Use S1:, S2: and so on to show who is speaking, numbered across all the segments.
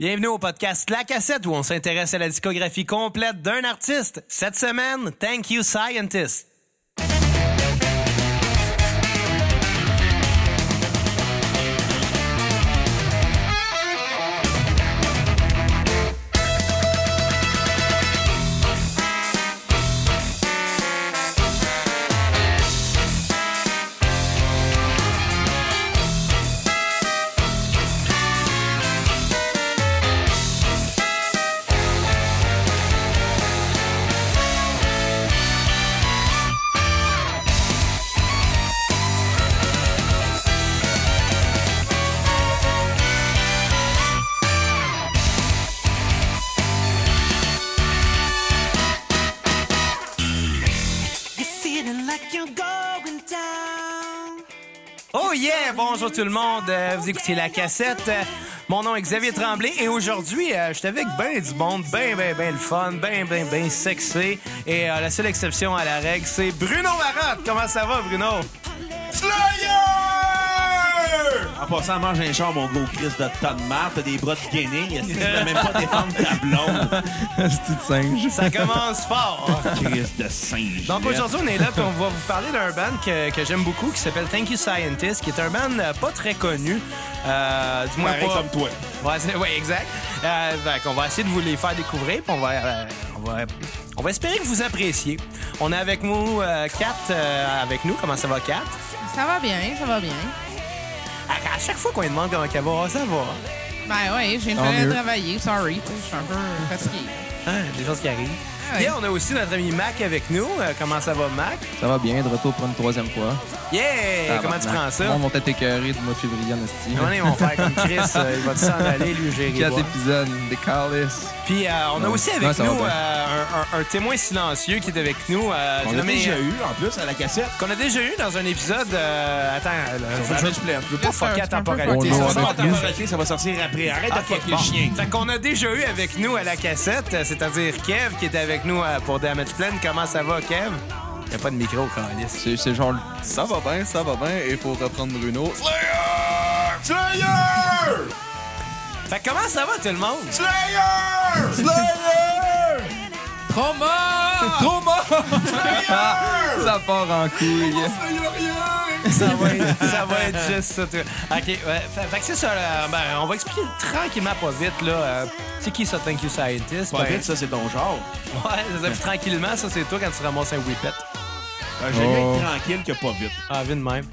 S1: Bienvenue au podcast La Cassette où on s'intéresse à la discographie complète d'un artiste. Cette semaine, Thank You Scientist.
S2: You're feeling like you're going down.
S1: Oh yeah, bonjour tout le monde. Euh, Vous écoutez La Cassette. Euh, Mon nom est Xavier Tremblay et aujourd'hui, euh, je suis avec ben du monde, ben ben ben le fun, ben ben ben sexy. Et euh, la seule exception à la règle, c'est Bruno Marotte. Comment ça va, Bruno?
S3: Slayer! En passant, mange un char, mon gros Chris de tonne de marde, t'as des bras de guenille, est-ce que tu peux même pas défendre ta blonde,
S1: Ça commence fort.
S3: Chris de singe.
S1: Donc aujourd'hui, on est là puis on va vous parler d'un band que, que j'aime beaucoup qui s'appelle Thank You Scientist, qui est un band euh, pas très connu. euh, du moins
S3: Pareil
S1: pas-
S3: comme toi.
S1: Ouais, c'est- ouais, exact. Euh, fait qu'on va essayer de vous les faire découvrir puis on va, euh, on va, on va espérer que vous appréciez. On a avec nous euh, Kat, euh, avec nous. Comment ça va, Kat?
S4: Ça va bien, ça va bien.
S1: À, à chaque fois qu'on lui demande comment elle va, Ah, ça va.
S4: Ben oui, j'ai une journée de travailler, sorry. Je suis un peu fatiguée.
S1: Hein, des choses qui arrivent.
S4: Ah ouais.
S1: Bien, on a aussi notre ami Mac avec nous. Euh, comment ça va, Mac?
S5: Ça va bien, de retour pour une troisième fois.
S1: Yeah! Eh, comment tu prends ça?
S5: On va peut-être écœuré du mois de février en esti.
S1: On est mon frère comme Chris, euh, il va s'en aller, lui, gérer.
S5: Quatre épisodes, des calices.
S1: Puis euh, on a
S5: Ouais.
S1: aussi avec
S5: Ouais, ça va
S1: nous
S5: bien.
S1: euh, un, un- un témoin silencieux qui est avec nous. euh,
S3: On
S1: j'ai
S3: l'a
S1: nommé-
S3: déjà eu, en plus, à la cassette.
S1: Qu'on a déjà eu dans un épisode. euh, attends, là, je veux-
S3: Sur Savage Plan.
S1: je veux pas fucker la
S4: C'est un peu
S1: temporalité.
S5: fucké.
S1: ça,
S5: On
S1: ça
S5: l'a
S1: va
S5: avec
S1: pas-
S5: nous.
S3: Ok, ça va sortir après. Arrête
S1: Ok,
S3: de fucker
S1: bon.
S3: le chien.
S1: Fait qu'on a déjà eu avec nous à la cassette, euh, c'est-à-dire Kev qui était avec nous euh, pour Damage Plan. Comment ça va, Kev? Y a pas de micro, Carlis.
S5: C'est c'est genre. Ça va bien, ça va bien. Et pour reprendre Bruno.
S3: Slayer! Slayer!
S1: Fait que comment ça va, tout le monde?
S3: Slayer! Slayer!
S4: Trop mort!
S5: Trop mort! ça part en couille.
S1: ça, va être, ça va être juste ça. toi. OK, ouais, fait, fait que c'est ça. là, ben, on va expliquer tranquillement, pas vite. là. euh, c'est qui ça, Thank You Scientist?
S3: Pas
S1: Ben,
S3: vite, ça, c'est ton genre.
S1: Ouais, ça fait plus tranquillement, ça c'est toi quand tu ramasses un whippet.
S3: Euh, J'ai mieux être tranquille que pas vite.
S1: Ah, vu de même.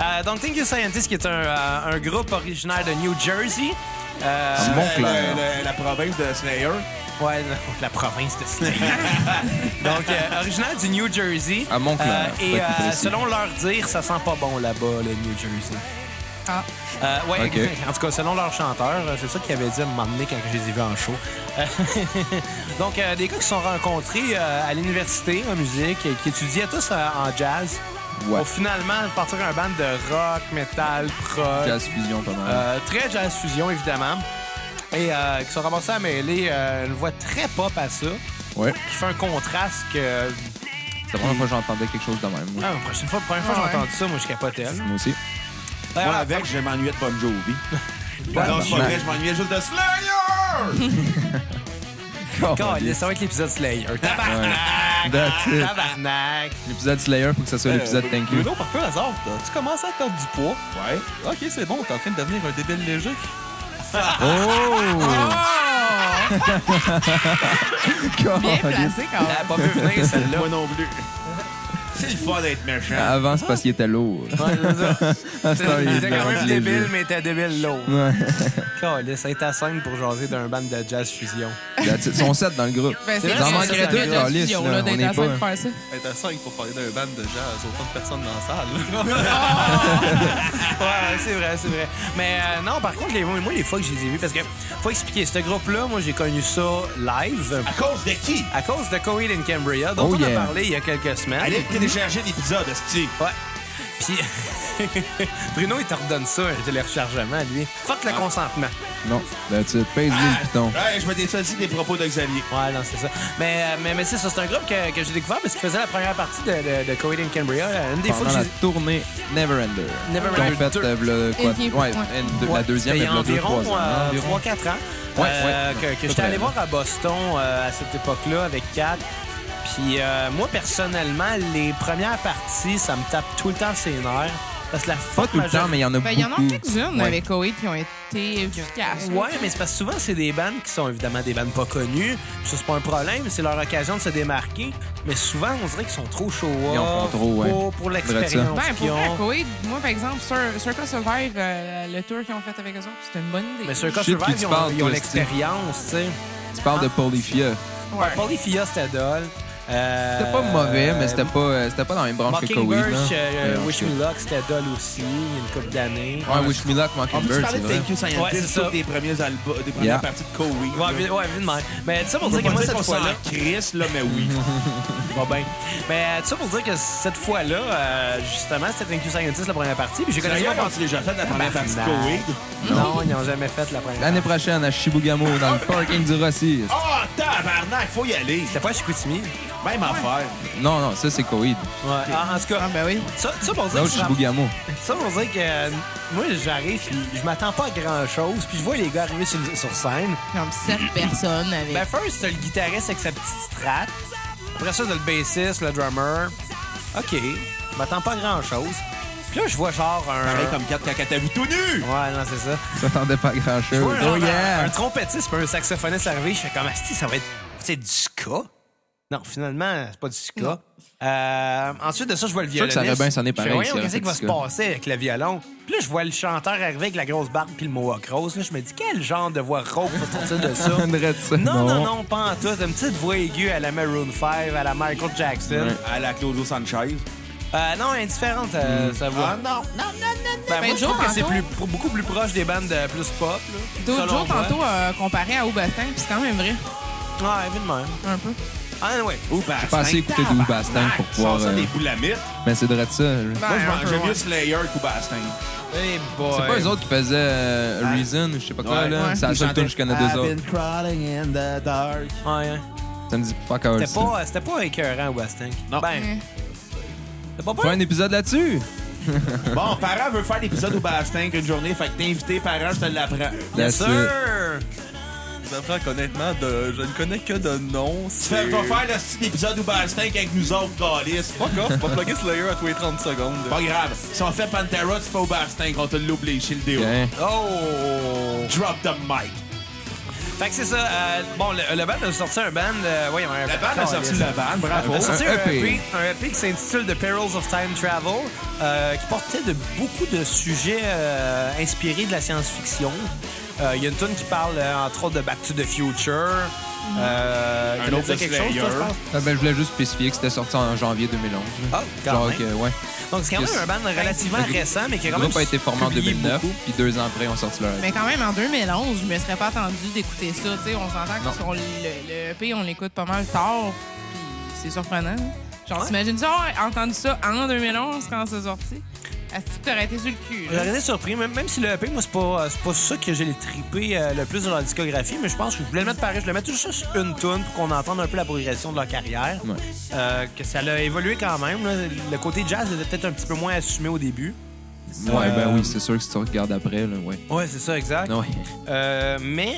S1: Euh, donc, Thank You Scientist, qui est un, euh, un groupe originaire de New Jersey. Euh,
S5: C'est bon, Claire.
S3: La- la- La province de Slayer.
S1: Ouais, non, la province de Sydney. donc, euh, originaire du New Jersey.
S5: À Montclair,
S1: Euh, et
S5: pour être plus
S1: euh,
S5: précis.
S1: selon leur dire, ça sent pas bon là-bas, le New Jersey.
S4: Ah,
S1: Euh, ouais,
S5: Ok.
S1: en tout cas, selon leur chanteur, euh, c'est ça qu'ils avaient dit à un moment donné quand je les ai vus en show. Euh, Donc, euh, des gars qui se sont rencontrés euh, à l'université en musique, et qui étudiaient tous euh, en jazz.
S5: Ouais.
S1: Pour finalement partir un band de rock, metal, prog.
S5: Jazz fusion, pas mal.
S1: Euh, très jazz fusion, évidemment. Et euh, qui sont ramassés à mêler euh, une voix très pop à ça,
S5: Euh, ouais.
S1: qui fait un contraste que.
S5: C'est la première fois que j'entendais quelque chose de même. moi.
S1: Ah, la prochaine fois, la première fois que j'ai
S4: Ouais.
S1: entendu ça, moi, je Ah, capotais. là.
S5: Moi aussi.
S3: Moi,
S1: D'ailleurs,
S3: avec, je m'ennuyais de Bon Jovi. non, c'est pas
S5: ben.
S3: vrai, je m'ennuyais juste de Slayer!
S1: Caliste, ça va être l'épisode Slayer. Tabarnak!
S5: That's it.
S1: Tabarnak!
S5: L'épisode Slayer, faut que ça soit l'épisode Thank You.
S6: Euh, Bruno, par pur hasard, t'as- tu commences à perdre du poids.
S3: ouais.
S6: Ok, c'est bon, t'es en train de devenir un débile léger.
S5: Oh!
S4: bien placé quand même.
S1: Elle a pas vu venir, celle-là.
S3: Moi non plus. C'est le fun d'être méchant.
S5: Avant, c'est parce qu'il était lourd. Ah, c'est
S1: Il était quand
S5: rendu
S1: même
S5: léger.
S1: débile, mais il était débile lourd.
S5: Ouais.
S1: Caliste, ça a été à 5 pour jaser d'un band de jazz fusion.
S5: That's it. Ils sont sept dans le groupe.
S4: Ben,
S1: Il
S4: c'est
S1: en
S4: vrai,
S1: manquerait
S4: c'est
S1: deux,
S4: vrai,
S5: Alice,
S4: studio,
S5: là,
S4: là,
S5: on
S4: d'être
S5: est
S4: en train
S5: pas-
S4: de faire ça.
S6: T'es à 5 pour parler d'un band de jazz, autant de personnes dans la salle.
S1: Ouais, c'est vrai, c'est vrai. Mais euh, non, par contre, les, moi, les fois que je les ai vus, parce que faut expliquer, ce groupe-là, moi, j'ai connu ça live
S3: À cause de qui?
S1: à cause de Coheed and Cambria, dont
S5: Oh,
S1: on
S5: yeah.
S1: a parlé il y a quelques semaines.
S3: Allez télécharger l'épisode, Steve.
S1: Ouais. Puis Bruno, il t'ordonne ça, le rechargement, lui. Fuck
S5: Ah.
S1: le consentement.
S5: Non, that's it. Pèse-lui le
S1: Ah!
S5: piton.
S3: Ouais, Ah, je me désocie des propos de Xavier.
S1: Ouais, non, c'est ça. Mais, euh, mais, mais c'est ça, c'est un groupe que, que j'ai découvert parce qu'il faisait la première partie de, de, de Coheed and Cambria. Une des fois que
S5: Pendant la
S1: j'ai.
S5: tournée Neverender.
S1: Neverender
S5: Qu'on fait,
S1: deux.
S5: euh, v'là quoi?
S4: Elle vient pour
S5: Ouais,
S4: toi.
S5: une deux-
S1: Ouais,
S5: la deuxième,
S1: c'était il
S5: et
S1: y a
S5: v'là deux,
S1: environ
S5: trois ans.
S1: euh,
S5: Environ.
S1: 3-4 ans.
S5: Ouais,
S1: euh,
S5: ouais.
S1: que- que
S5: À peu
S1: j'étais allé
S5: près.
S1: voir à Boston euh, à cette époque-là avec Kat. Puis euh, moi, personnellement, les premières parties, ça me tape tout le temps ses nerfs. Parce que la
S5: Pas tout le temps, mais il y en a
S4: Ben,
S5: beaucoup.
S4: il y en a quelques-unes
S5: Ouais.
S4: avec Coheed qui ont été efficaces.
S1: Mm-hmm. Ouais, mais c'est parce que souvent, c'est des bandes qui sont évidemment des bandes pas connues. Puis ça, c'est pas un problème, c'est leur occasion de se démarquer. Mais souvent, on dirait qu'ils sont trop show
S5: Ils en font trop, ouais.
S1: pour, pour l'expérience
S4: Ben, pour
S1: qu'ils
S4: vrai,
S1: ont.
S4: Coheed, moi, par exemple, Cir- Circa Survive, euh, le tour qu'ils ont fait avec eux autres, c'était une bonne idée.
S1: Mais sur le cas
S5: Je sais de qui
S1: Survive,
S5: tu
S1: ils ont-
S5: parles,
S1: ils ont
S5: toi, Steve.
S1: l'expérience, tu sais.
S5: Tu parles de Polyphia.
S4: Ouais.
S1: Polyphia, c'était dole. Euh,
S5: C'était pas mauvais, mais c'était pas, euh, c'était pas dans la même branche que Coheed.
S1: Mockingbird,
S5: là.
S1: euh,
S5: Ouais,
S1: Wish
S5: c'est-
S1: Me Luck, c'était dole aussi, il y a une couple d'années.
S5: Ouais, Wish Me Luck,
S3: On peut
S5: Mockingbird,
S3: parler
S5: c'est
S3: de
S5: vrai.
S3: Thank You
S1: Ouais, c'est
S3: Scientist,
S1: ça.
S3: toutes des premiers albums, des premières
S5: Yeah.
S3: partie de Coheed.
S1: Ouais, vu, ouais, vu de même. Mais ça Mm-hmm. pour dire que moi, cette fois-là,
S3: Chris, là, mais oui.
S1: Bon ben. Mais ça pour dire que cette fois-là, euh, justement, c'était Thank You Scientist la première partie. Puis j'ai connu
S3: D'ailleurs, quand tu l'as déjà fait, la première partie de
S1: Tabarnak.
S3: Coheed.
S1: Non, ils n'ont jamais fait la première
S5: L'année
S1: partie.
S5: prochaine, à Shibugamo, dans le parking du Rossi.
S3: Ah, tabarnak, faut y aller.
S1: C'était pas à Chicoutimi. Ouais.
S3: Même affaire.
S5: Non, non, ça, c'est Coheed.
S1: En, en tout cas,
S4: Ah, ben oui.
S1: ça, ça pour dire que
S5: L'autre,
S1: ça-
S5: Shibugamo.
S1: Ça veut dire que euh, moi, j'arrive, puis je m'attends pas à grand-chose, puis je vois les gars arriver sur, sur scène.
S4: Comme sept personnes avec.
S1: Ben, first, t'as le guitariste avec sa petite strat. Après ça, t'as le bassiste, le drummer. OK, je m'attends pas à grand-chose. Puis là, je vois genre
S3: Pareil
S1: un...
S3: comme 4 quand t'as vu tout nu.
S1: Ouais, non, c'est ça.
S5: Ça t'attendait pas à
S1: Je
S5: grand-chose.
S1: vois un,
S5: Oh
S1: genre un-
S5: yeah!
S1: un trompettiste puis un saxophoniste arriver. Je fais comme, Asti, ça va être... C'est du ska? Non, finalement, c'est pas du ska. Euh, ensuite de ça, je vois le
S5: sûr
S1: violon.
S5: que ça aurait bien sonné pareil, si
S1: qu'est-ce
S5: c'était
S1: qui va
S5: du
S1: se
S5: ska.
S1: passer avec le violon? Puis là, je vois le chanteur arriver avec la grosse barbe puis le mohawk rose. Là, je me dis, quel genre de voix rauque va sortir de ça?
S5: On dirait de ça,
S1: non, non,
S5: non.
S1: non, pas en tout. Une petite voix aiguë à la Maroon 5, à la Michael Jackson.
S3: À la Claudio Sanchez.
S1: Euh, non, indifférente,
S5: Hmm.
S1: euh, sa voix.
S3: Ah non.
S4: Non, non, non,
S1: Ben,
S4: Ben,
S1: moi, je
S4: Joe,
S1: trouve que c'est
S4: tantôt-
S1: plus, pro- beaucoup plus proche des bandes de plus pop. là,
S4: D'autres
S1: selon
S4: jours,
S1: moi.
S4: tantôt, euh, comparé à Aubastin, puis c'est quand même vrai,
S1: Ouais, évidemment.
S4: un peu.
S1: Ah, Anyway.
S3: Ou Bastien.
S5: pas assez écouté de Ou Bastin pour pouvoir,
S3: Ça,
S5: euh,
S3: des boulamites.
S5: Mais c'est de ça. là.
S4: Ben,
S3: Moi, je
S4: un
S3: mange-
S4: peu,
S3: j'aime
S4: ouais.
S3: mieux Slayer qu'Ou Bastin.
S1: Hey
S5: C'est pas eux autres qui faisaient euh,
S1: Ah.
S5: Reason ou je sais pas quoi,
S3: Ouais.
S5: là.
S4: Ouais.
S5: C'est la seule tune que je connais d'eux autres.
S3: crawling in the dark.
S5: Ça me dit fuck all.
S1: hein. C'était
S5: ça.
S1: pas, c'était pas écœurant, Westink.
S3: Non.
S4: Mm.
S1: Ben, c'était pas
S5: Faut
S1: peur.
S5: un épisode là-dessus.
S3: Bon, Parent veut faire l'épisode Ou Bastin qu'une journée, fait que t'es invité, Parent, je te l'apprends.
S1: Yes,
S5: That's it.
S1: sir!
S6: Je apprends qu'honnêtement, de... je ne connais que de nom.
S3: Tu fais pas faire le style épisode Ou Bastin avec nous autres, Galis.
S6: Fuck off, on va plugger Slayer à tous les 30 secondes.
S3: Pas grave. Si on fait Pantera, tu fais Ou Bastin, on te l'oublie chez le déo.
S5: Bien.
S1: Oh!
S3: Drop the mic.
S1: Fait que c'est ça. euh, bon, le, le band a sorti un band. Euh, voyons, un
S3: La bande a sorti la bande, bravo.
S1: On a sorti un
S5: Un E EP.
S1: EP, un EP qui s'intitule The Perils of Time Travel, euh, qui portait de beaucoup de sujets euh, inspirés de la science-fiction. Euh, Il y a une tune qui parle euh, entre autres de Back to the Future. Euh,
S3: Un
S1: qui
S3: autre
S1: dit
S3: de
S1: quelque chose, toi, je
S3: Slayer.
S1: pense?
S5: Ah, ben, je voulais juste spécifier que c'était sorti en janvier 2011. là.
S1: Ah, quand
S5: Genre
S1: même.
S5: que, ouais.
S1: Donc, c'est quand même
S5: Yes.
S1: un band relativement récent, mais qui a
S5: Le
S1: quand même.
S5: groupe a été formé en
S1: publié
S5: 2009,
S1: beaucoup.
S5: puis deux ans après, on sorti leur.
S4: Mais quand même, en 2011, je me serais pas attendu d'écouter ça. tu sais, on s'entend que
S5: Non.
S4: sur le, le EP, on l'écoute pas mal tard, puis c'est surprenant. hein. Genre,
S1: Ouais.
S4: t'imagines ça, avoir entendu ça en 2011 quand c'est sorti? Est-ce que t'aurais été sur le cul? là?
S1: J'aurais été surpris, même, même si le EP, moi, c'est pas, euh, c'est pas ça que j'ai trippé euh, le plus dans la discographie, mais je pense que je voulais le mettre pareil. Je le mettre juste sur une tune pour qu'on entende un peu la progression de leur carrière.
S5: Ouais.
S1: Euh, que ça l'a évolué quand même. là. Le côté jazz était peut-être un petit peu moins assumé au début.
S5: Ouais, ben oui, c'est sûr que si tu regardes après, là, ouais.
S1: Ouais, c'est ça, exact.
S5: Ah Ouais.
S1: Euh, mais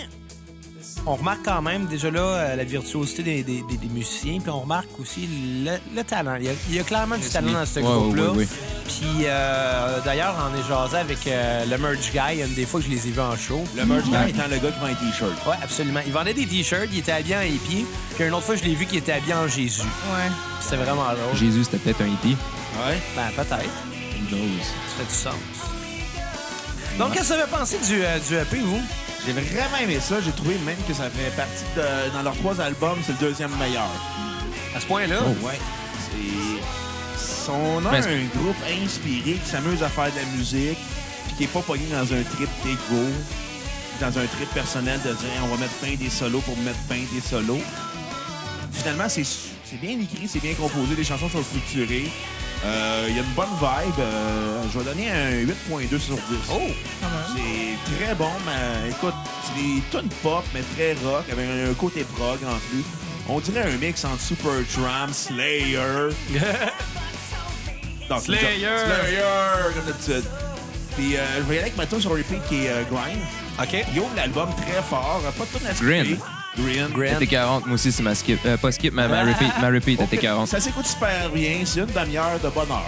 S1: on remarque quand même déjà là euh, la virtuosité des, des- des- des musiciens, puis on remarque aussi le, le talent. Il y, a, il y a clairement du talent dans ce
S5: Ouais,
S1: groupe-là.
S5: ouais, ouais, ouais.
S1: Puis euh, d'ailleurs, on est jasé avec euh, le Merge Guy une des fois que je les ai vus en show.
S3: Le merch guy étant le gars qui vend un t-shirt.
S1: Ouais, absolument. Il vendait des t-shirts, il était habillé en hippie, puis une autre fois, je l'ai vu qu'il était habillé en Jésus.
S4: Ouais.
S1: Puis C'était vraiment drôle.
S5: Jésus, c'était peut-être un hippie.
S3: Ouais.
S1: Ben, peut-être.
S5: Une dose.
S1: Ça fait du sens. Donc, qu'est-ce que vous avez pensé du, euh, du EP, vous?
S3: J'ai vraiment aimé ça. J'ai trouvé même que ça fait partie de. Dans leurs trois albums, c'est le deuxième meilleur.
S1: À ce point-là?
S5: Oh,
S3: Ouais. C'est. On a
S5: Mais c'est-
S3: un groupe inspiré qui s'amuse à faire de la musique, puis qui est pas pogné dans un trip d'ego, dans un trip personnel de dire on va mettre plein des solos pour mettre plein des solos. Finalement, c'est c'est bien écrit, c'est bien composé, les chansons sont structurées. Euh, Il y a une bonne vibe. Euh, je vais donner un 8.2 sur 10.
S6: Oh!
S4: quand même.
S3: C'est très bon, mais écoute, c'est des tonnes pop, mais très rock, avec un côté prog en plus. On dirait un mix entre Supertramp, Slayer. Non, c'est
S6: Slayer!
S3: déjà- Slayer, comme d'habitude. Puis euh, je vais y aller avec ma tune sur repeat qui est euh, Grind.
S1: OK.
S3: Ils ouvrent l'album très fort, euh, pas de tune à skipper.
S5: Grind.
S3: Grind.
S1: Grand.
S5: T'es 40, moi aussi, c'est ma skip. Euh, pas skip, ma,
S1: Ah.
S5: ma repeat. Ma repeat,
S3: Au
S5: était
S3: pire,
S5: 40.
S3: Ça s'écoute super bien, c'est une demi-heure de bonheur.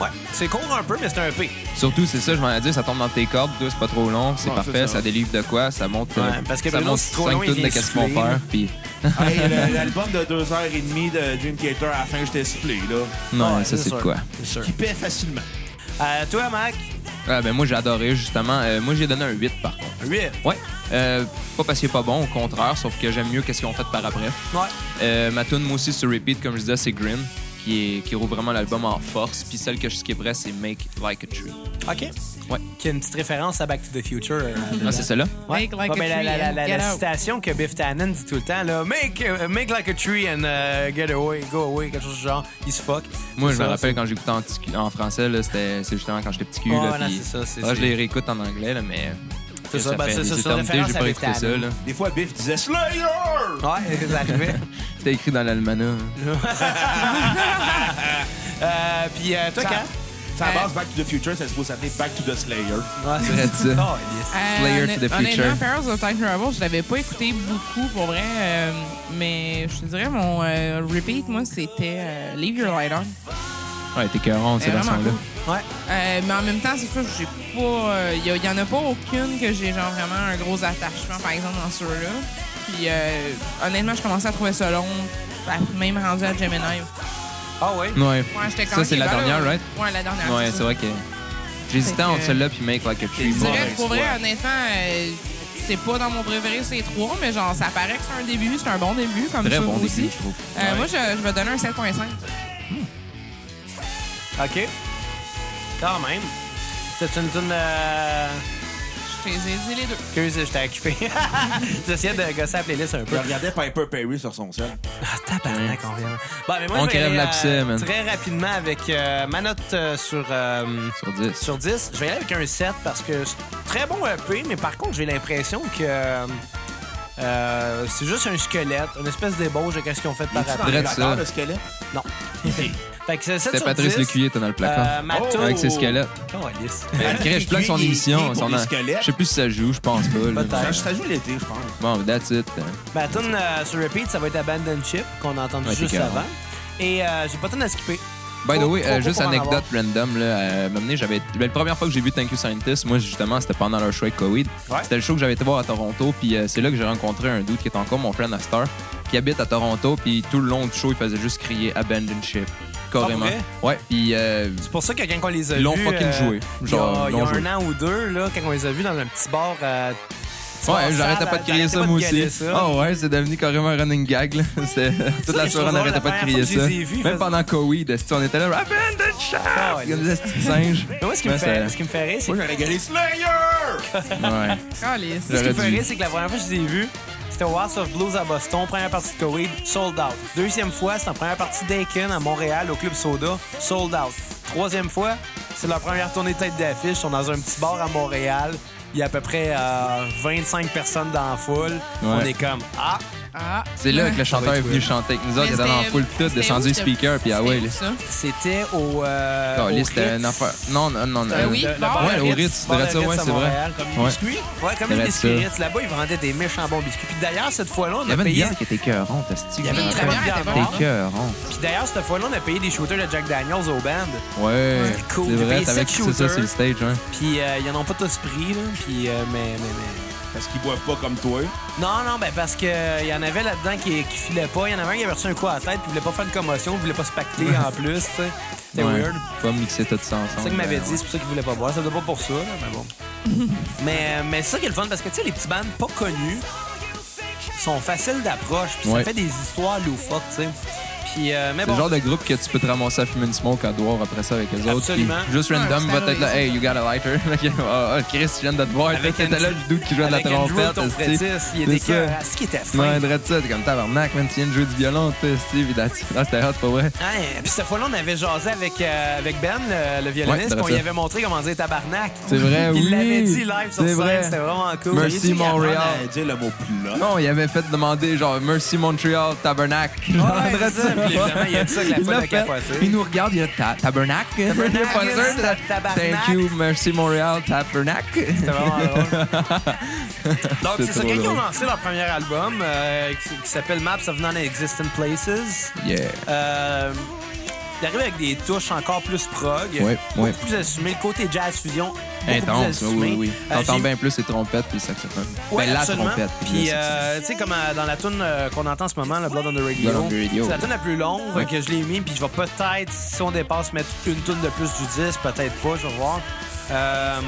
S1: Ouais. C'est court un peu, mais c'est un E P.
S5: Surtout, c'est ça, je m'en ai dit, ça tombe dans tes cordes. Deux, c'est pas trop long, c'est
S3: Ouais, c'est
S5: parfait,
S3: ça.
S5: ça. délivre de quoi, ça monte. euh,
S1: Ouais, parce que
S5: ça
S1: Bruno,
S5: monte
S1: si trop
S5: cinq
S1: loin, il
S5: tonnes de
S1: vient
S5: qu'est-ce qu'ils vont
S1: souffler, là.
S5: faire, puis.
S3: Hey, le- L'album de 2h30 de Dream Theater, à la fin, j'étais supplé, là.
S5: Non,
S1: Ouais,
S5: ça, c'est
S1: sûr.
S5: de quoi?
S1: C'est sûr.
S3: Qui paie facilement.
S1: Euh, toi, Mac,
S5: Ah, ben, moi, j'ai adoré, justement. Euh, moi, j'ai donné un 8, par contre.
S1: 8. Ouais.
S5: Ouais. Euh, pas parce qu'il est pas bon, au contraire, sauf que j'aime mieux qu'est-ce qu'ils ont fait par après. Euh, ma tune, moi aussi, sur Repeat, comme je disais, c'est Green, qui, est, qui roule vraiment l'album en force. Puis celle que je skipperais, c'est Make Like a Tree.
S1: OK.
S5: Ouais.
S1: Qui a une petite référence à Back to the Future. euh, dedans.
S5: Ah, c'est celle-là?
S4: Make like
S1: Ouais,
S4: a
S1: ben, la-
S4: tree
S1: la, la-
S4: and
S1: la-
S4: get
S1: la
S4: out.
S1: citation que Biff Tannen dit tout le temps, là, make, euh, make like a tree and euh, get away, go away, quelque chose du genre, il se fuck.
S5: Moi,
S1: C'est
S5: je
S1: ça,
S5: me rappelle quand j'écoutais en, petit cul- en français, là, c'était c'est justement quand j'étais petit cul.
S1: Ouais,
S5: là,
S1: non,
S5: puis-
S1: c'est ça, c'est-
S5: Ah, je
S1: c'est-
S5: les réécoute en anglais, là, mais.
S1: C'est ça, ben,
S5: fait
S1: c'est ça,
S5: des
S1: c'est une
S5: éternités,
S1: référence
S5: j'ai
S1: à
S5: pas écouté ça.
S1: Victor.
S5: là.
S3: Des fois, Biff disait Slayer!
S1: Ouais, Euh, ça arrivait.
S5: C'était écrit dans l'almanach.
S1: Euh, Puis euh, toi,
S4: Ça-
S1: quand?
S3: Ça
S4: Euh,
S3: base Back to the Future, ça se pose s'appeler Back to the Slayer.
S1: Ouais,
S5: vrai de ça.
S1: Oh, yes.
S4: Euh,
S5: Slayer
S4: honn-
S5: to the
S4: Honnêtement,
S5: Future.
S4: Perils of Time Travel, je l'avais pas écouté beaucoup pour vrai, euh, mais je te dirais mon euh, repeat, moi, c'était euh, Leave Your Light On.
S5: Ouais, t'es coeurant,
S4: C'est
S5: cette
S4: vraiment
S5: version-là.
S4: cool.
S1: Ouais.
S4: Euh, mais en même temps, c'est sûr, j'ai pas. Il y, en a pas aucune que j'ai genre vraiment un gros attachement, par exemple, dans ceux-là. Puis euh, honnêtement, je commençais à trouver ça long, à- même rendu à Gemini.
S1: Ah ouais?
S5: Ouais.
S4: Ouais, j'étais quand
S5: ça, c'est
S4: même-
S5: la
S4: ben là,
S5: dernière, right?
S4: Ouais, la dernière.
S5: Ouais, c'est vrai que. J'hésitais
S4: Fait que-
S5: entre celle-là puis Make Like a Tree.
S4: Je dirais
S3: mauvaise
S4: que pour vrai,
S3: foi.
S4: honnêtement, euh, c'est pas dans mon préféré, c'est trois, mais genre, ça paraît que c'est un début, c'est un bon début, comme
S5: Très
S4: ça
S5: bon
S4: aussi.
S5: début, je trouve.
S4: Euh, Moi, je, je vais donner un 7.5.
S1: OK. Quand même. C'est une tune euh,
S4: Je t'ai dit les deux.
S1: que j'étais occupé. J'essayais de gosser la playlist un
S3: Je
S1: peu.
S3: regardais Piper Ben, Perry sur son set.
S1: Ah, tabarnak, on revient. Bon, mais moi,
S5: On
S1: je vais
S5: crève
S1: aller,
S5: l'abcès,
S1: euh,
S5: man.
S1: Très rapidement avec euh, ma note euh, sur... euh,
S5: Sur 10.
S1: sur 10. Je vais y aller avec un 7 parce que c'est très bon EP, mais par contre, j'ai l'impression que euh, c'est juste un squelette, une espèce d'ébauche de qu'est-ce qu'ils ont fait par
S3: Dans
S1: après.
S5: vrai
S3: le
S5: de ça.
S3: placard, le squelette?
S1: Non.
S3: Hey,
S1: Fait que c'est 7
S5: C'était
S1: sur
S5: Patrice
S1: 10.
S5: Lécuyer, t'es dans le
S1: Euh,
S5: placard.
S1: ma
S3: Oh!
S1: tune-
S5: Avec ses squelettes.
S1: Calisse.
S5: Mais crée, je plug son
S3: Lécuyer, il est
S5: émission.
S3: pour
S5: son
S3: les
S5: an-
S3: squelettes.
S5: Je sais plus si ça joue, je pense pas. là.
S1: Peut-être.
S3: Ça, ça joue l'été, je pense.
S5: Bon, that's it. hein.
S1: Ma tune euh, sur repeat, ça va être Abandon Ship qu'on a entendu
S5: Ouais,
S1: juste
S5: t'es
S1: avant. Et euh, j'ai pas tant à skipper.
S5: By the
S1: Trop-
S5: way,
S1: trop
S5: euh,
S1: court
S5: juste
S1: pour en
S5: anecdote random, là, euh, m'amener, j'avais. ben, la première fois que j'ai vu Thank You Scientist, moi, justement, c'était pendant leur show avec Covid.
S1: Ouais.
S5: C'était le show que j'avais été voir à Toronto, puis euh, c'est là que j'ai rencontré un dude qui est encore mon friend à Star, qui habite à Toronto, puis tout le long du show, il faisait juste crier Abandon Ship. Carrément.
S1: Ah,
S5: ouais, puis. euh,
S1: C'est pour ça que quand on les a
S5: Ils l'ont
S1: vus,
S5: fucking
S1: euh,
S5: joué. Genre,
S1: il y a, il y a
S5: ils l'ont joué.
S1: un an ou deux, là, quand on les a vus dans un petit bar. euh, petit bar
S5: Ouais, j'arrêtais
S1: sale,
S5: pas de crier
S1: j'arrêtais
S5: ça,
S1: pas
S5: moi
S1: de gueuler
S5: aussi.
S1: ça.
S5: Ah ouais, c'est devenu carrément un running gag. Là. C'était- Toute
S1: Ça,
S5: la
S1: je
S5: soirée,
S1: trouve
S5: on
S1: drôle,
S5: arrêtait
S1: la
S5: pas de
S1: première
S5: crier
S1: fois que
S5: ça.
S1: je les ai vus, ils
S5: Même
S1: faisaient-
S5: pendant Covid, esti, on était là, Abandon Ship! Comme des petits singes.
S1: Ah, Mais moi, ce qui, me,
S5: Ouais,
S1: fait,
S5: ça-
S1: ce qui me fait rire, c'est
S3: Moi, j'aurais gagné Slayer!
S5: Ouais.
S4: Calisse.
S1: Ce qui me
S5: J'aurais
S1: fait
S5: dû.
S1: rire, c'est que la première fois que je les ai vus, c'était au House of Blues à Boston, première partie de Covid, sold out. Deuxième fois, c'est en première partie d'Aiken à Montréal, au Club Soda, sold out. Troisième fois, c'est leur première tournée tête d'affiche. Ils sont dans un petit bar à Montréal. Il y a à peu près euh, 25 personnes dans la foule. On est comme, ah,
S4: Ah.
S5: C'est là que le chanteur est
S1: être
S5: venu
S1: weird.
S5: chanter avec nous autres. Il était
S4: Mais
S5: en
S4: c'était-
S5: full pit,
S4: c'était
S5: descendu
S4: où,
S5: le
S4: c'était-
S5: speaker, puis ah ouais,
S4: c'était
S5: là.
S4: où, ça?
S1: c'était au. euh, au
S5: Caliste, c'était
S1: Ritz.
S5: une affaire. Non, non, non.
S4: Euh, oui,
S5: euh,
S4: bon.
S1: bar
S5: Ouais, au Ritz,
S1: bar
S5: c'est vrai, ça,
S1: Ritz
S5: ouais,
S1: à
S5: c'est vrai.
S1: Montréal.
S5: Ouais.
S3: Biscuit?
S1: Ouais, comme les
S5: Ritz,
S1: biscuits
S5: ça.
S1: Ritz, là-bas, ils vendaient des méchants bons biscuits. Puis d'ailleurs, cette fois-là, on
S5: Il y
S1: a
S5: avait une
S1: payé.
S5: bière qui était cœurante, esti.
S1: Il y avait une
S4: Oui,
S1: très
S4: la
S1: bonne
S4: bière
S1: bière
S4: était
S1: noire.
S5: T'es cœurante.
S1: Puis d'ailleurs, cette fois-là, on a payé des shooters de Jack Daniels au band.
S5: Ouais.
S1: Cool,
S5: C'est
S1: j'ai
S5: vrai,
S1: payé
S5: t'avais
S1: sept
S5: crissé ça
S1: shooters.
S5: sur le stage, hein.
S1: Puis euh, ils en ont pas tous pris, là. Puis, euh, mais, mais, mais-
S3: Parce qu'ils boivent pas comme toi.
S1: Non, non, ben parce que euh, il y en avait là-dedans qui, qui filaient pas. Il y en avait un qui avait reçu un coup à la tête, puis il voulait pas faire de commotion, il voulait pas se pacter en plus, tu sais. C'était
S5: Ouais.
S1: weird.
S5: Pas mixer tout ça ensemble.
S1: C'est ça qu'il m'avait
S5: euh,
S1: dit, c'est pour ça qu'il voulait pas boire. Ça doit pas pour ça, là, mais bon. mais euh, mais c'est ça qui est le fun, parce que tu sais, les petits bands pas connus sont faciles d'approche, puis
S5: Ouais.
S1: ça fait des histoires loufoques, tu sais. Puis, euh, mais
S5: C'est
S1: bon.
S5: le genre de groupe que tu peux te ramasser à fumer une smoke à devoir après ça avec les autres.
S1: Absolument.
S5: Puis Juste
S4: Ouais,
S5: random,
S4: c'est
S5: va être là,
S4: Halloween,
S5: hey, you got a lighter. Ah, ah, Chris, je viens de te voir.
S1: Avec
S5: T'étais là,
S1: Andrew-
S5: le doute qui joue de la
S1: avec Andrew,
S5: trompette.
S1: ton
S5: esti.
S1: frétiste, il
S5: C'est
S1: était
S5: ça.
S1: écœurant. Est-ce qu'il était fin?
S5: Ouais, drette ça, t'es comme tabarnak, man, tu viens de jouer du violon, toi, Steve, la petite phrase, ah, c'était hot, pas vrai?
S1: Hein, puis cette fois-là, on avait jasé avec, euh, avec Ben, le, le violoniste,
S5: Ouais,
S1: puis on
S5: ça.
S1: lui avait montré comment dire tabarnak.
S5: C'est vrai,
S1: Il
S5: oui.
S1: l'avait dit live sur
S5: C'est
S1: scène,
S5: vrai.
S1: c'était vraiment cool. Vous
S5: Merci,
S1: auriez dû y apprendre
S5: Montréal.
S1: à-
S3: à dire le mot plot.
S5: Non, il avait fait demander, genre, Mercy Montreal, tabernacle.
S1: Ouais, c'est ça. Puis évidemment, il a dit ça que la folle a capoté.
S5: Il nous regarde, il a ta tabernacle.
S1: Tabernacle,
S5: Pas sûr,
S1: c'est
S5: ta-
S1: tabarnak.
S5: Thank you, Mercy Montreal, tabernacle.
S1: C'était vraiment drôle. Donc,
S5: C'est
S1: c'est ça.
S5: trop
S1: Quand ils ont
S5: drôle.
S1: lancé leur premier album, euh, qui, qui s'appelle Maps of Non-Existent Places,
S5: Yeah.
S1: euh, d'arriver avec des touches encore plus prog,
S5: Ouais,
S1: beaucoup
S5: ouais.
S1: plus assumé, le côté jazz fusion, beaucoup
S5: Intense,
S1: plus
S5: oui,
S1: assumé.
S5: oui, oui.
S1: Euh,
S5: T'entends
S1: j'ai-
S5: bien plus les trompettes puis le saxophone.
S1: Ouais,
S5: ben, la
S1: absolument.
S5: trompette.
S1: Puis,
S5: le saxophone.
S1: euh, tu sais, comme euh, dans la tune qu'on entend en ce moment, le Blood on the
S5: Blood
S1: Radio,
S5: on the Radio,
S1: c'est la
S5: ouais.
S1: tune la plus longue
S5: Ouais.
S1: que je l'ai mis, puis je vais peut-être, si on dépasse, mettre une tune de plus du 10, peut-être pas, je vais voir. Euh,